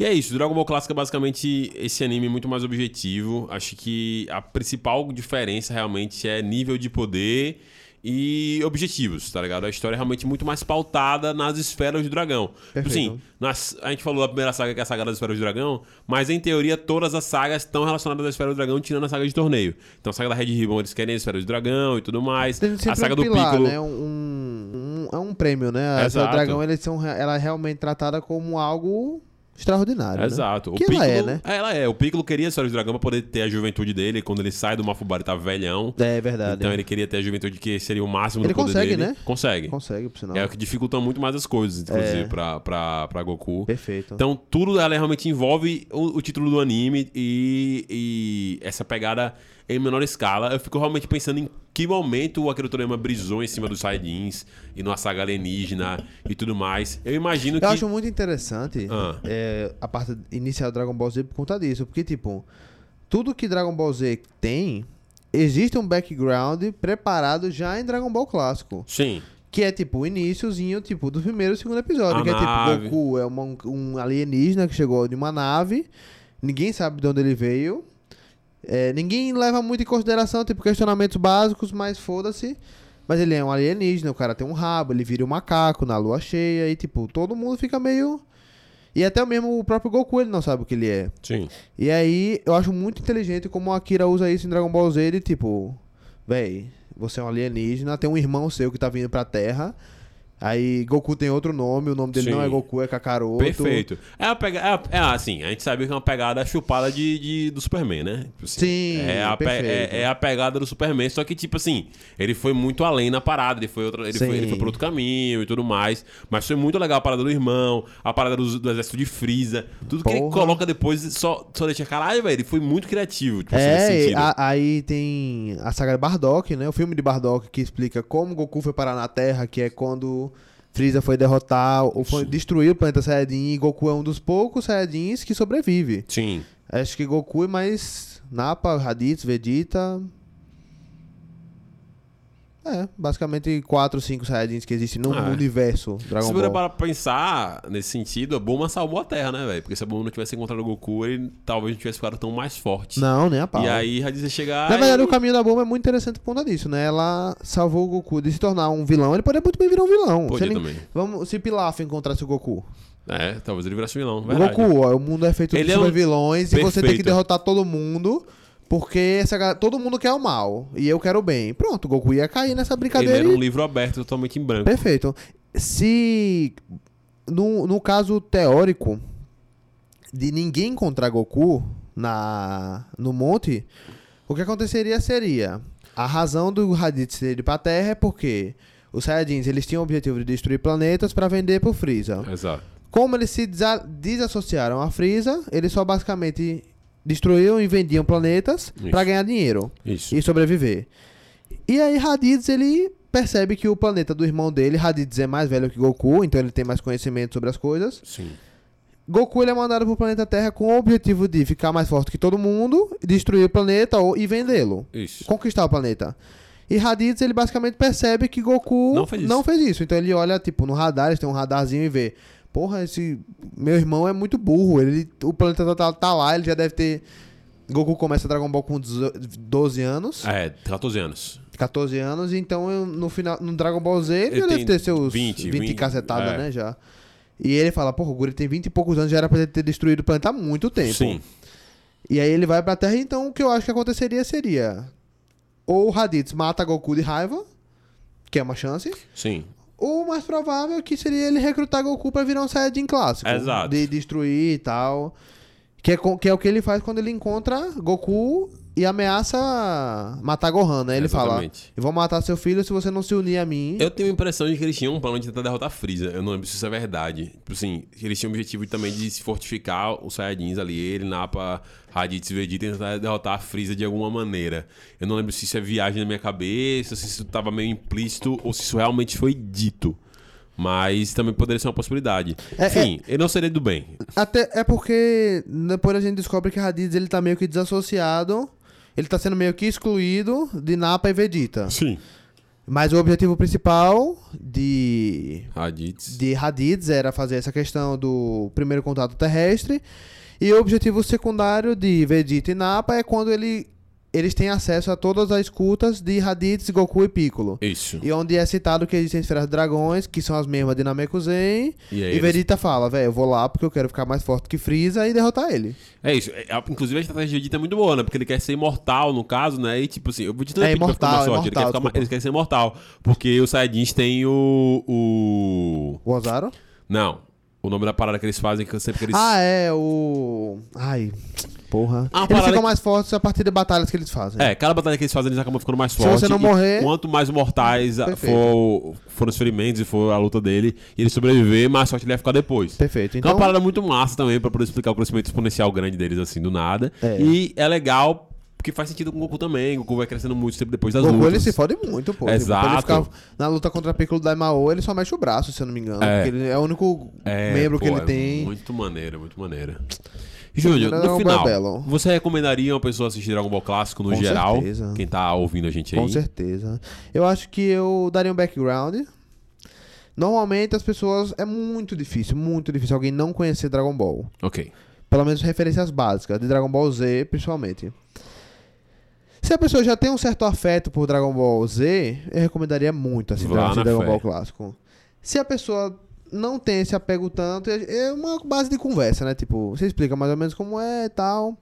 A: E é isso, Dragon Ball Clássico é basicamente esse anime muito mais objetivo. Acho que a principal diferença realmente é nível de poder e objetivos, tá ligado? A história é realmente muito mais pautada nas esferas do dragão. Tipo
B: Perfeito.
A: assim, nas- a gente falou da primeira saga que é a saga das esferas do dragão, mas em teoria todas as sagas estão relacionadas à esfera do dragão, tirando a saga de torneio. Então a saga da Red Ribbon, eles querem a esfera do dragão e tudo mais.
B: Tem sempre
A: A saga
B: um
A: do
B: pilar,
A: Piccolo.
B: né? Um, um- é um prêmio, né? Essa
A: Exato.
B: dragão, eles são, re- ela é realmente tratada como algo extraordinário. né?
A: Exato.
B: Que
A: o Piccolo,
B: ela é, né?
A: Ela é. O Piccolo queria a Senhora do Dragão pra poder ter a juventude dele. Quando ele sai do Mafubara, ele tá velhão.
B: É verdade.
A: Então ele queria ter a juventude que seria o máximo
B: Ele
A: do poder
B: consegue,
A: dele.
B: né?
A: Consegue,
B: Consegue, por sinal.
A: É o que dificulta muito mais as coisas, inclusive, pra, pra, pra Goku.
B: Perfeito.
A: Então, tudo dela realmente envolve o, o título do anime e, e essa pegada em menor escala. Eu fico realmente pensando em que momento o Akira Toriyama brisou em cima dos Saiyajins e numa saga alienígena e tudo mais. Eu imagino que...
B: Eu acho um muito interessante
A: Ah.
B: é, a parte inicial do Dragon Ball Z por conta disso. Porque, tipo, tudo que Dragon Ball Z tem, existe um background preparado já em Dragon Ball clássico.
A: Sim.
B: Que é tipo o iníciozinho, tipo, do primeiro e segundo
A: A
B: episódio. que é
A: nave.
B: tipo, Goku é uma- um alienígena que chegou de uma nave, ninguém sabe de onde ele veio. É, ninguém leva muito em consideração, tipo, questionamentos básicos, mas foda-se. Mas ele é um alienígena, o cara tem um rabo, ele vira um macaco na lua cheia, e tipo, todo mundo fica meio. E até mesmo o próprio Goku ele não sabe o que ele é.
A: Sim.
B: E aí, eu acho muito inteligente como o Akira usa isso em Dragon Ball Z, ele tipo, véi, você é um alienígena, tem um irmão seu que tá vindo pra Terra. Aí Goku tem outro nome, o nome dele
A: Sim.
B: não é Goku, é Kakaroto.
A: Perfeito. É, uma pega... é, é assim, a gente sabe que é uma pegada chupada de, de- do Superman, né? Tipo assim,
B: Sim,
A: é a, pe-
B: perfeito.
A: é- é a pegada do Superman, só que, tipo assim, ele foi muito além na parada, ele foi, outra, ele
B: Sim.
A: foi, ele foi por outro caminho e tudo mais. Mas foi muito legal a parada do irmão, a parada do, do exército de Freeza. Tudo que ele
B: Porra.
A: coloca depois só, só deixa caralho, velho. Ele foi muito criativo, tipo, assim, nesse
B: É, e
A: sentido.
B: a- aí tem a saga de Bardock, né? O filme de Bardock que explica como Goku foi parar na Terra, que é quando Freeza foi derrotar ou foi
A: Sim.
B: destruir o planeta Saiyajin e Goku é um dos poucos Saiyajins que sobrevive.
A: Sim.
B: Acho que Goku e mais Napa, Raditz, Vegeta. É, basicamente 4 ou 5 Saiyajins que existem no
A: Ah, é.
B: universo
A: Se
B: Dragon
A: for
B: Ball.
A: para pensar nesse sentido, a Bulma salvou a Terra, né, velho? Porque se a Bulma não tivesse encontrado o Goku, ele talvez não tivesse ficado tão mais forte.
B: Não, nem a pau.
A: E aí, Raditz chegar.
B: Na verdade,
A: e-
B: o caminho da bomba é muito interessante por conta disso, né? Ela salvou o Goku de se tornar um vilão. Ele poderia muito bem virar um vilão.
A: Podia
B: se ele-
A: também.
B: Vamos, se Pilaf encontrasse o Goku.
A: É, talvez ele virasse vilão.
B: O
A: Verdade.
B: Goku, ó, o mundo é feito
A: Ele
B: de
A: é um-
B: super vilões e você tem que
A: Perfeito.
B: derrotar todo mundo. Porque essa galera- todo mundo quer o mal e eu quero o bem. Pronto, o Goku ia cair nessa
A: Ele um
B: brincadeira
A: era
B: e
A: um livro aberto totalmente em branco.
B: Perfeito. Se no, no caso teórico de ninguém encontrar Goku na, no monte, o que aconteceria seria... A razão do Raditz ter ido pra Terra é porque os Saiyajins eles tinham o objetivo de destruir planetas para vender pro Freeza.
A: Exato.
B: Como eles se desa- desassociaram à Freeza, eles só basicamente destruíam e vendiam planetas
A: Isso.
B: para ganhar dinheiro
A: Isso.
B: e sobreviver. E aí Raditz ele percebe que o planeta do irmão dele, Raditz é mais velho que Goku, então ele tem mais conhecimento sobre as coisas.
A: Sim.
B: Goku ele é mandado pro planeta Terra com o objetivo de ficar mais forte que todo mundo, destruir o planeta ou, e vendê-lo,
A: Isso.
B: conquistar o planeta. E Raditz ele basicamente percebe que Goku
A: Não fez isso.
B: isso. Então ele olha tipo no radar, eles têm um radarzinho e vê, porra, esse meu irmão é muito burro, ele o planeta tá, tá- tá lá, ele já deve ter Goku começa Dragon Ball com 18 12 anos,
A: É, 14 anos.
B: 14 anos, então eu- no final no Dragon Ball Z ele,
A: Ele
B: já deve
A: tem
B: ter seus
A: 20,
B: 20,
A: 20,
B: cacetada,
A: é.
B: né, já. E ele fala, porra, o Guri tem 20 e poucos anos, já era pra ele ter destruído o planeta há muito tempo.
A: Sim.
B: E aí ele vai pra Terra, então o que eu acho que aconteceria seria... Ou o Raditz mata Goku de raiva, que é uma chance,
A: Sim.
B: ou o mais provável é que seria ele recrutar Goku pra virar um Saiyajin clássico.
A: Exato.
B: De destruir e tal. Que é, co- que é o que ele faz quando ele encontra Goku e ameaça matar Gohan, né? Ele
A: Exatamente.
B: fala, eu vou matar seu filho se você não se unir a mim.
A: Eu tenho a impressão de que eles tinham um plano de tentar derrotar a Freeza. Eu não lembro se isso é verdade. Tipo assim, eles tinham o objetivo também de se fortificar os Saiyajins ali, ele, Napa, Raditz e Vegeta, e tentar derrotar a Freeza de alguma maneira. Eu não lembro se isso é viagem na minha cabeça, se isso tava meio implícito ou se isso realmente foi dito. Mas também poderia ser uma possibilidade.
B: É,
A: Enfim, ele não seria do bem.
B: Até é porque depois a gente descobre que Raditz ele tá meio que desassociado. Ele tá sendo meio que excluído de Nappa e Vegeta.
A: Sim.
B: Mas o objetivo principal de
A: Raditz.
B: de Raditz era fazer essa questão do primeiro contato terrestre. E o objetivo secundário de Vegeta e Nappa é quando ele, eles têm acesso a todas as escutas de Raditz, Goku e Piccolo.
A: Isso.
B: E onde é citado que existem esferas de dragões, que são as mesmas de Namekusei.
A: E
B: E,
A: aí eles-
B: Vegeta fala, velho, eu vou lá porque eu quero ficar mais forte que Freeza e derrotar ele.
A: É isso. É, a- inclusive a estratégia de Vegeta é muito boa, né? Porque ele quer ser imortal, no caso, né? E tipo assim, o Vegeta não
B: É
A: pedido pra ficar
B: imortal,
A: mais
B: é
A: forte, ele, quer
B: imortal,
A: ficar ma-
B: desculpa.
A: ele quer ser imortal. Porque os Saiyajins têm o. o.
B: O Ozaru?
A: Não. O nome da parada que eles fazem, que eu sempre que eles.
B: Ah, é, o... Ai, porra.
A: Ah,
B: eles
A: parada
B: ficam
A: que-
B: mais fortes a partir de batalhas que eles fazem.
A: É, cada batalha que eles fazem, eles acabam ficando mais
B: Se
A: fortes.
B: você não
A: e
B: morrer-
A: Quanto mais mortais a-
B: Perfeito.
A: for, foram os ferimentos e for a luta dele, e ele sobreviver, mais sorte ele vai ficar depois.
B: Perfeito.
A: Então, é
B: Então,
A: uma parada muito massa também pra poder explicar o crescimento exponencial grande deles, assim, do nada.
B: É.
A: E é legal, porque faz sentido com o Goku também. O Goku vai crescendo muito tempo depois das
B: Goku
A: lutas.
B: ele se fode muito, pô.
A: Exato.
B: Tipo, pra ele ficar na luta contra Piccolo da Mao, ele só mexe o braço, se eu não me engano.
A: É.
B: Porque ele é o único
A: É,
B: membro que
A: pô,
B: ele
A: é
B: tem. é
A: Muito maneira, muito maneira. Júlio,
B: Dragon
A: no
B: Ball
A: final,
B: Belo.
A: você recomendaria uma pessoa assistir Dragon Ball Clássico no
B: Com
A: geral?
B: certeza.
A: Quem tá ouvindo a gente aí?
B: Com certeza. Eu acho que eu daria um background. Normalmente as pessoas. É muito difícil, muito difícil alguém não conhecer Dragon Ball.
A: Ok.
B: Pelo menos referências básicas, de Dragon Ball Z, principalmente. Se a pessoa já tem um certo afeto por Dragon Ball Z, eu recomendaria muito assim,
A: Vá na
B: assistir Dragon
A: fé.
B: Ball clássico. Se a pessoa não tem esse apego tanto, é é uma base de conversa, né? Tipo, você explica mais ou menos como é e tal.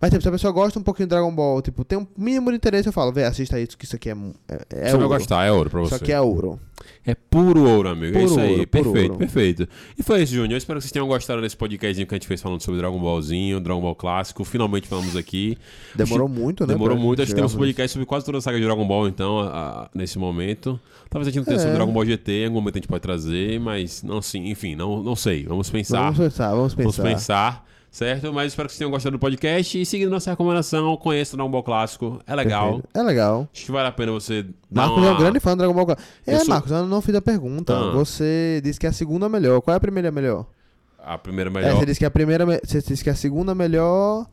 B: Mas tipo, se a pessoa gosta um pouquinho de Dragon Ball, tipo, tem um mínimo de interesse, eu falo, vê, assista isso, que isso aqui é, mu- é, é
A: você
B: ouro.
A: vai gostar, é ouro pra
B: isso
A: você.
B: aqui é ouro.
A: É puro ouro, amigo. é
B: Puro
A: isso aí.
B: ouro, puro
A: perfeito,
B: ouro.
A: perfeito. E foi isso, Júnior. Eu espero que vocês tenham gostado desse podcastzinho que a gente fez falando sobre Dragon Ballzinho, Dragon Ball Clássico. Finalmente falamos aqui.
B: Demorou muito, né?
A: Demorou
B: pra
A: muito. Acho que
B: chegar
A: temos um
B: a-
A: podcast sobre quase toda a saga de Dragon Ball, então, a- a- nesse momento. Talvez a gente não tenha
B: É.
A: sobre Dragon Ball GT, em algum momento a gente pode trazer, mas não, assim, enfim, não, não sei. Vamos pensar.
B: Vamos pensar, vamos
A: Vamos
B: pensar.
A: pensar, certo? Mas espero que vocês tenham gostado do podcast e seguindo nossa recomendação, conheça o Dragon Ball Clássico, é legal.
B: Perfeito. É legal.
A: Acho que vale a pena você dar
B: Marcos
A: uma...
B: é um grande fã do Dragon Ball.
A: Eu
B: É,
A: sou-
B: Marcos, eu não fiz a pergunta.
A: Ah.
B: Você disse que a segunda é melhor. Qual é a primeira melhor?
A: A primeira
B: É,
A: melhor.
B: você disse que a primeira. me- Você disse que é a segunda melhor.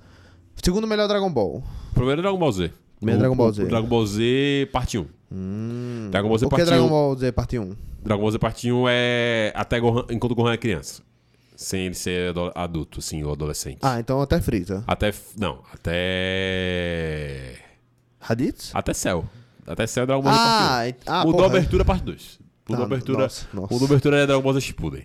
B: Segunda melhor Dragon Ball.
A: Primeiro é Dragon Ball Z.
B: Primeiro
A: O-
B: Dragon Ball
A: o-
B: Z.
A: o Dragon Ball Z, parte 1.
B: Hum.
A: Dragon Ball Z
B: O que é
A: parte
B: Dragon
A: 1.
B: Ball Z um? parte 1?
A: Dragon Ball Z parte 1 é até Gohan, enquanto Gohan é criança. Sem ele ser ado- adulto, sim, ou adolescente.
B: Ah, então até Freeza.
A: Até. f- Não, até.
B: Raditz?
A: Até Cell. Até Cell é Ah, Dragon Ball Z parte 1.
B: Ah, e- ah,
A: Mudou a
B: porra.
A: abertura parte 2. Mudou a
B: Ah,
A: abertura.
B: nossa, nossa.
A: Mudou a abertura é Dragon Ball Z Shippuden.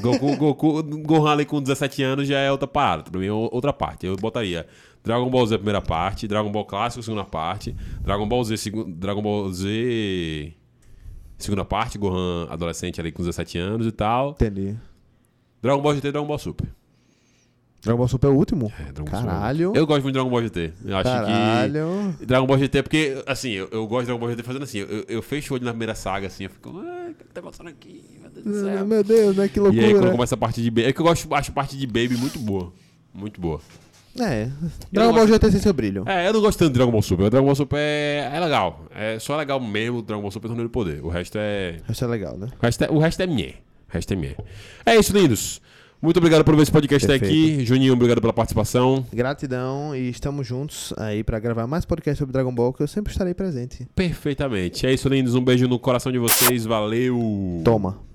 A: Goku, Goku, Gohan ali com 17 anos já é outra parada. Pra mim é ou- outra parte. Eu botaria Dragon Ball Z primeira parte, Dragon Ball Clássico segunda parte, Dragon Ball Z segu- Dragon Ball Z segunda parte, Gohan adolescente ali com 17 anos e tal.
B: Entendi.
A: Dragon Ball GT e Dragon Ball Super.
B: Dragon Ball Super é o último?
A: É, Dragon Ball
B: Caralho.
A: Super. Eu gosto muito de Dragon Ball GT. Eu acho que.
B: Caralho.
A: Dragon Ball GT, porque, assim, eu, eu gosto de Dragon Ball GT fazendo assim. Eu, eu fecho o olho na primeira saga, assim, eu fico. Ai, o que que tá passando aqui? Meu Deus do céu.
B: Meu Deus, né? Que
A: E aí, quando
B: loucura.
A: começa a parte de Baby. É que eu gosto, acho a parte de Baby muito boa. Muito boa.
B: É. Dragon Ball GT sem seu brilho.
A: É, eu não gosto tanto de Dragon Ball Super. O Dragon Ball Super é, é legal. É só legal mesmo o Dragon Ball Super Torneio do Poder. O resto é.
B: Isso é legal, né?
A: O resto é, o resto é minha. O resto é minha. É isso, lindos. Muito obrigado por ver esse podcast até
B: Perfeito.
A: aqui. Juninho, obrigado pela participação.
B: Gratidão e estamos juntos aí pra gravar mais podcast sobre Dragon Ball que eu sempre estarei presente.
A: Perfeitamente. É isso, lindos. Um beijo no coração de vocês. Valeu.
B: Toma.